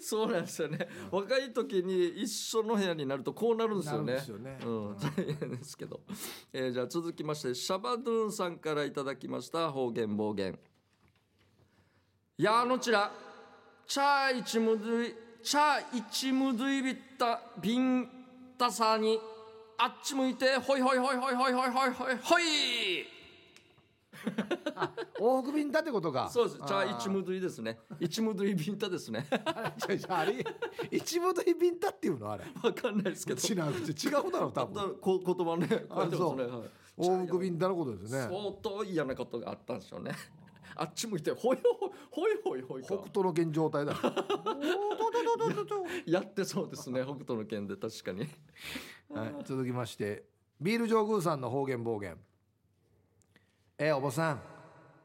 Speaker 1: そうなんですよね若い時に一緒の部屋になるとこうなるんですよね
Speaker 2: なるんですよね
Speaker 1: うん、大変ですけど、えーじゃあ続きましてシャバドゥーンさんからいただきました方言暴言やあのちらチャーイチムドゥイチャーイチムドゥイビッタビンタサにあっち向いてホイホイホイホイホイホイホイホイホイ
Speaker 2: 往復便だってことか。
Speaker 1: そうですチャ
Speaker 2: あ
Speaker 1: ーイチムドゥイです ねイチムドゥイビンタですね
Speaker 2: じゃじゃああれ一部と一便だっていうのあれ。
Speaker 1: わかんないですけど
Speaker 2: 違う違うだろう多分。
Speaker 1: こ言葉ね書いてます
Speaker 2: そ
Speaker 1: ね
Speaker 2: う
Speaker 1: はい
Speaker 2: 往復便だのことですね。
Speaker 1: 相当嫌なことがあったんでしょうねあっち向いてほいほいほいほいほ
Speaker 2: 北
Speaker 1: いか
Speaker 2: 斗の現状態 だ。
Speaker 1: やってそうですね北斗の剣で確かに
Speaker 2: はい、続きましてビール上宮さんの方言暴言えーおばさん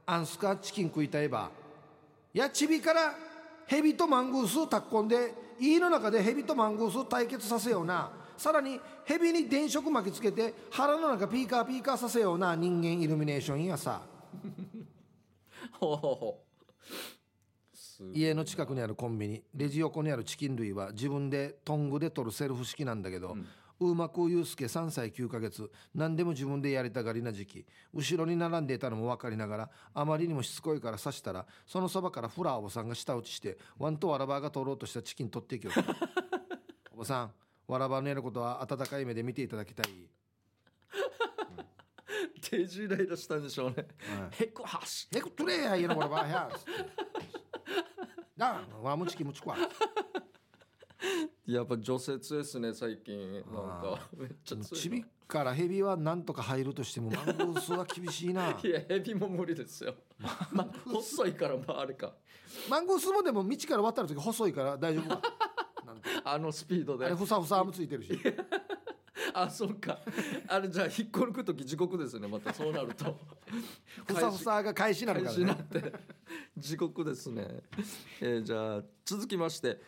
Speaker 2: アンスカチキン食いたいばやちびからヘビとマングースを炊き込んで家の中でヘビとマングースを対決させようなさらにヘビに電飾巻きつけて腹の中ピーカーピーカーさせような人間イルミネーションやさ
Speaker 1: ほうほうほうすすごいな
Speaker 2: 家の近くにあるコンビニレジ横にあるチキン類は自分でトングで取るセルフ式なんだけど、
Speaker 1: うん
Speaker 2: うまくゆうすけ3歳9ヶ月何でも自分でやりたがりな時期後ろに並んでいたのも分かりながらあまりにもしつこいから刺したらそのそばからフラーおばさんが舌打ちしてワンとわらばが取ろうとしたチキン取っていきよったおばさんわらばのやることは温かい目で見ていただきたい、
Speaker 1: 手順イライラしたんでしょうね
Speaker 2: はい
Speaker 1: へこはし
Speaker 2: ネクトレーや家のこればやつってなあわむちきむちくわ
Speaker 1: やっぱ除雪ですね最近なんか
Speaker 2: あ
Speaker 1: めっちゃ強い
Speaker 2: ちびからヘビはなんとか入るとしてもマングースは厳 しいな
Speaker 1: いやヘビも無理ですよまあ細いからまああれか
Speaker 2: マングースもでも道から渡る時細い から大丈夫かなんか
Speaker 1: あのスピード
Speaker 2: あ
Speaker 1: で
Speaker 2: れふさふさもついてるし
Speaker 1: あそうかあれじゃあ引っこ抜く時地獄ですねまたそうなると
Speaker 2: ふさふさが返しになる
Speaker 1: 開始
Speaker 2: から
Speaker 1: になっ
Speaker 2: ね
Speaker 1: て地獄ですね、えーじゃあ続きまして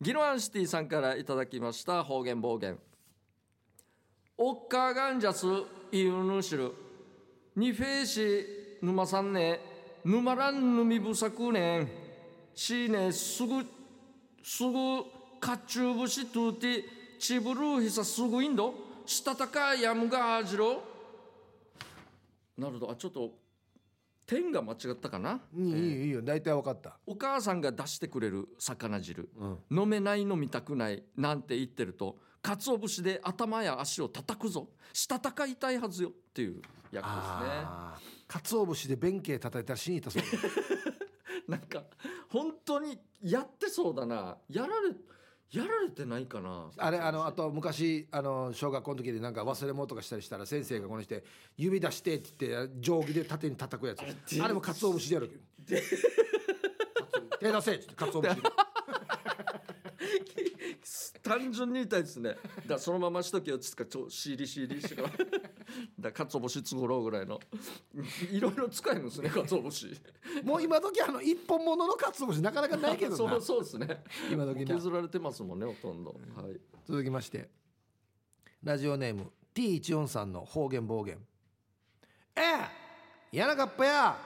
Speaker 1: ギロアンシティさんからいただきました方言暴言おっかがんじゃすいぬぬしるにフェイシ沼さんね沼らんぬみぶさくねんしねすぐすぐかっちゅうぶしとうてちぶるひさすぐいんどしたたかやむがあじろなるほどあちょっと点が間違ったかな、
Speaker 2: いいいいいいよ大体わかった
Speaker 1: お母さんが出してくれる魚汁、
Speaker 2: うん
Speaker 1: 飲めない飲みたくないなんて言ってると鰹節で頭や足を叩くぞしたたか痛いはずよっていう役です
Speaker 2: あー鰹節で弁慶叩いたら死にいた そうだ
Speaker 1: ねなんか本当にやってそうだなやられやられてないかな
Speaker 2: あれあのあと昔あの小学校の時でなんか忘れ物とかしたりしたら先生がこの人指出してって言って定規で縦に叩くやつ
Speaker 1: れ
Speaker 2: あれも鰹節 でやるけど手出せっつって鰹節で
Speaker 1: 単純に痛いですねだからそのまましとけよっつってからちょシーリシーリ してからだから鰹節つごろうぐらいのいろいろ使えるんですね鰹節
Speaker 2: もう今時あの一本ものの鰹節なかなかないけどな
Speaker 1: そうそうですね
Speaker 2: 今時な
Speaker 1: 削られてますもんねほとんど、はい
Speaker 2: 続きましてラジオネーム T14 さんの方言暴言ええやなかっぱや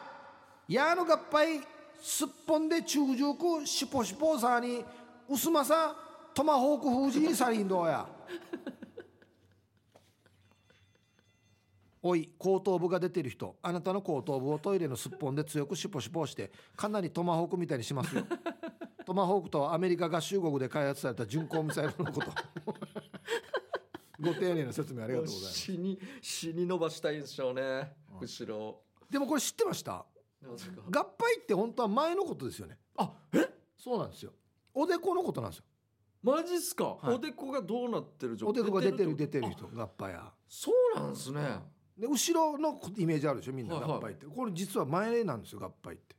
Speaker 2: やのかっぱいすっぽんで中熟くしぽしぽさにうすまさトマホーク風神にさりんどうやおい後頭部が出てる人あなたの後頭部をトイレのすっぽんで強くしぽしぽしてかなりトマホークみたいにしますよ トマホークとはアメリカ合衆国で開発された巡航ミサイルのことご丁寧な説明ありがとうございます
Speaker 1: 死に死に伸ばしたいんでしょうね、後ろを
Speaker 2: でもこれ知ってました
Speaker 1: なぜか
Speaker 2: 合敗って本当は前のことですよね
Speaker 1: あえ
Speaker 2: そうなんですよおでこのことなんですよ
Speaker 1: マジっすか、
Speaker 2: い
Speaker 1: おでこがどうなってる状
Speaker 2: おでこが出てる
Speaker 1: って
Speaker 2: 出てる
Speaker 1: あ
Speaker 2: 人合敗や
Speaker 1: そうなんですね
Speaker 2: で後ろのイメージあるでしょみんな
Speaker 1: はいはい
Speaker 2: 合敗ってこれ実は前なんですよ合敗って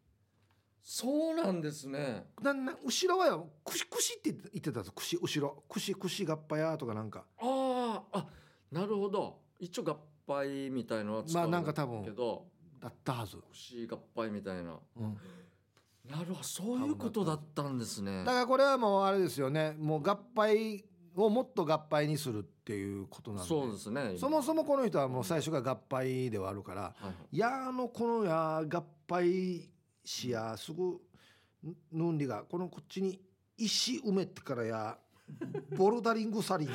Speaker 1: そうなんですね
Speaker 2: なんなん後ろはくしくしって言ってたんですくし後ろくしくし合敗やとかなんか
Speaker 1: あああなるほど一応合杯みたいのは使う
Speaker 2: まあなんか多分
Speaker 1: けど
Speaker 2: だったはず、
Speaker 1: 腰合杯みたいな
Speaker 2: うん
Speaker 1: なるほどそういうことだったんですね
Speaker 2: だからこれはもうあれですよねもう合敗をもっと合敗にするっていうことなんで
Speaker 1: そうですね
Speaker 2: そもそ
Speaker 1: も、
Speaker 2: もこの人はもう最初が合敗ではあるから
Speaker 1: はいはい
Speaker 2: やーのこのやー合敗しやーすぐぬんりがこのこっちに石埋めてからやーボルダリングサ リング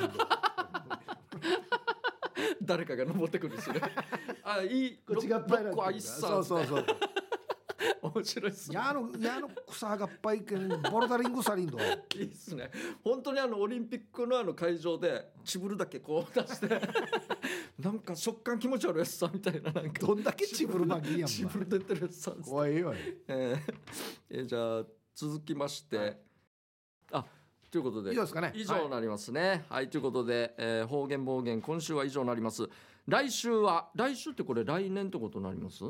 Speaker 1: 誰かが登ってくるんです ねあいい
Speaker 2: こっち合
Speaker 1: ろ
Speaker 2: 敗な
Speaker 1: っ
Speaker 2: ん
Speaker 1: こあ
Speaker 2: て
Speaker 1: いっさ
Speaker 2: そうそうそう
Speaker 1: 面白いっすね
Speaker 2: やーのやーの草合敗けんボルダリングサリング
Speaker 1: いいっすね本当にあのオリンピックのあの会場でチブルだけこう出 してなんか食感気持ち悪いやつさみたいななんか
Speaker 2: どんだけチブルマギやん
Speaker 1: チブル出てるやつさ
Speaker 2: ま怖いよ
Speaker 1: えーえーじゃあ続きまして、
Speaker 2: はい
Speaker 1: あということで
Speaker 2: 以上ですかね
Speaker 1: 以上になりますねはい、ということで、えー方言暴言今週は以上になります来週は来週ってこれ来年ってことになります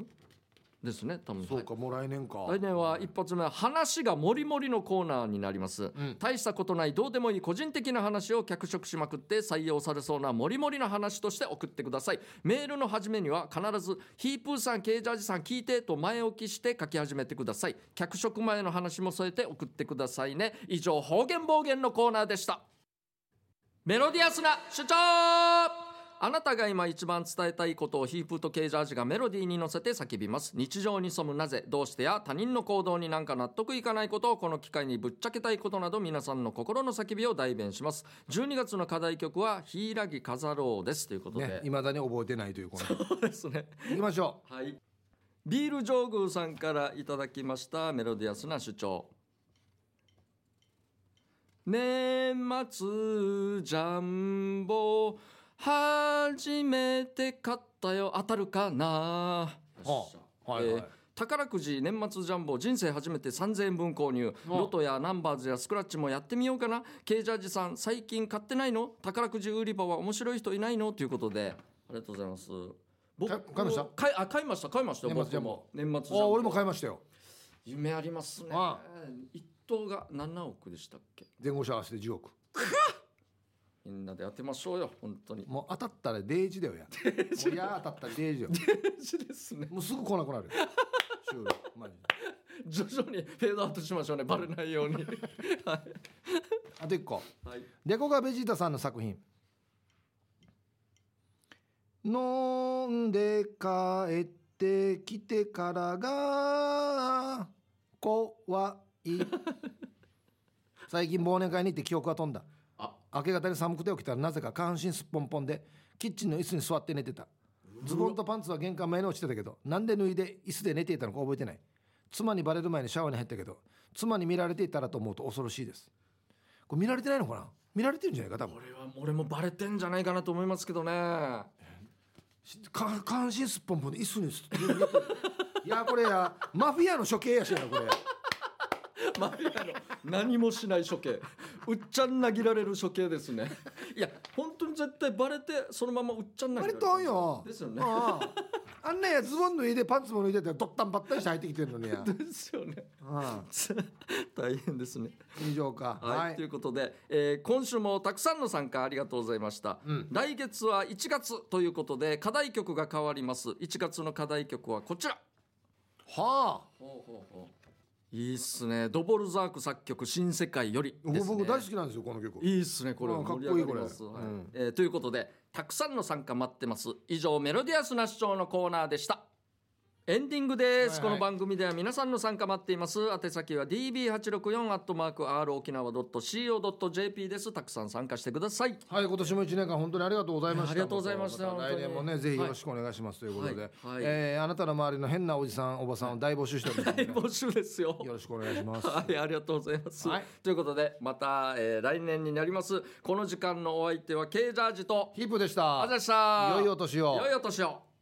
Speaker 1: ですね多分
Speaker 2: そうかもう来年か
Speaker 1: 来年は一発目は話がもりもりのコーナーになります、
Speaker 2: ん
Speaker 1: 大したことないどうでもいい個人的な話を脚色しまくって採用されそうなもりもりの話として送ってくださいメールの始めには必ず「ヒープーさんケージャージさん聞いて」と前置きして書き始めてください脚色前の話も添えて送ってくださいね以上方言暴言のコーナーでしたメロディアスな主張あなたが今一番伝えたいことをヒープとケージャージがメロディーに乗せて叫びます日常に潜むなぜどうしてや他人の行動になんか納得いかないことをこの機会にぶっちゃけたいことなど皆さんの心の叫びを代弁します12月の課題曲は「柊飾ろう」ですということで、
Speaker 2: ね、いまだに覚えてないというこの。
Speaker 1: そうですね
Speaker 2: 行きましょ
Speaker 1: はい。ビール上宮さんからいただきましたメロディアスな主張。年末ジャンボ初めて買ったよ当たるかな。
Speaker 2: う。はあはいはい
Speaker 1: えー宝くじ年末ジャンボ人生初めて3000円分購入
Speaker 2: お
Speaker 1: ロトやナンバーズやスクラッチもやってみようかなケージャージさん最近買ってないの宝くじ売り場は面白い人いないのということでありがとうございます僕
Speaker 2: か買いました
Speaker 1: 買いあ買いました買いました
Speaker 2: 年末ジャンボ
Speaker 1: 僕 も年末ジャ
Speaker 2: あ
Speaker 1: ンボ
Speaker 2: 俺も買いましたよ。
Speaker 1: 夢ありますね
Speaker 2: あ
Speaker 1: 一等が7億でしたっけ
Speaker 2: 前後者合わせて10億。
Speaker 1: みんなで当てましょうよ本 当に
Speaker 2: もう当たったらデイジだ よや。もういや当たったらデイジよ。
Speaker 1: ですね
Speaker 2: もうすぐ来なくなるよ。 収録マジで
Speaker 1: 徐々にフェードアウトしましょうねバレないように は
Speaker 2: あと一個。
Speaker 1: い、はい、
Speaker 2: レコがベジータさんの作品。飲んで帰ってきてからが怖い。最近忘年会に行って記憶が飛んだ。
Speaker 1: あ
Speaker 2: 明け方に寒くて起きたらなぜか下半身すっぽんぽんでキッチンの椅子に座って寝てたズボンとパンツは玄関前に落ちてたけどなんで脱いで椅子で寝ていたのか覚えてない妻にバレる前にシャワーに入ったけど妻に見られていたらと思うと恐ろしいですこれ見られてないのかな見られてるんじゃないか多分
Speaker 1: 俺は俺もバレてんじゃないかなと思いますけどね
Speaker 2: しか下半身すっぽんぽんで椅子にすっいやこれやマフィアの処刑やしやなこれ
Speaker 1: マフィアの何もしない処刑うっちゃん投げられる処刑ですね いや本当に絶対バレてそのままうっちゃん投げら
Speaker 2: バ
Speaker 1: れ
Speaker 2: レ
Speaker 1: る
Speaker 2: とんよ
Speaker 1: ですよね
Speaker 2: あああんなやズボン脱いでパンツも脱いでたらどったんばったりして入ってきてるのに や
Speaker 1: ですよね
Speaker 2: うん
Speaker 1: 大変ですね
Speaker 2: 以上か
Speaker 1: はい、ということで、えー今週もたくさんの参加ありがとうございました、
Speaker 2: うん
Speaker 1: 来月は1月ということで課題曲が変わります1月の課題曲はこちら
Speaker 2: はあ
Speaker 1: いいっすねドボルザーク作曲「新世界より」です、ね、
Speaker 2: 僕大好きなんですよこの曲
Speaker 1: いいっすねこれ
Speaker 2: うん
Speaker 1: 盛り上がります
Speaker 2: かっこ
Speaker 1: はい
Speaker 2: いいこれうん
Speaker 1: えーということでたくさんの参加待ってます以上メロディアスな主張のコーナーでしたエンディングです、
Speaker 2: はい
Speaker 1: こ
Speaker 2: はい
Speaker 1: の番組では皆さんの参加待っています宛先は db864 アットマーク r 沖縄 .co.jp ですたくさん参加してください
Speaker 2: はい今年も一年間本当にありがとうございました
Speaker 1: いやありがとうございました
Speaker 2: た来年も
Speaker 1: 本当
Speaker 2: ね
Speaker 1: に
Speaker 2: ぜひよろしくお願いしますということで、
Speaker 1: はいはい
Speaker 2: えーあなたの周りの変なおじさんおばさんを大募集しておりますので、
Speaker 1: 募集ですよ
Speaker 2: よろしくお願いします
Speaker 1: はい、ありがとうございます。
Speaker 2: はい
Speaker 1: ということで、また、えー来年になります。この時間のお相手は、ケージャージと、
Speaker 2: ヒープでし
Speaker 1: あ
Speaker 2: た
Speaker 1: ざでした。
Speaker 2: 良いお年を
Speaker 1: 良いお年を。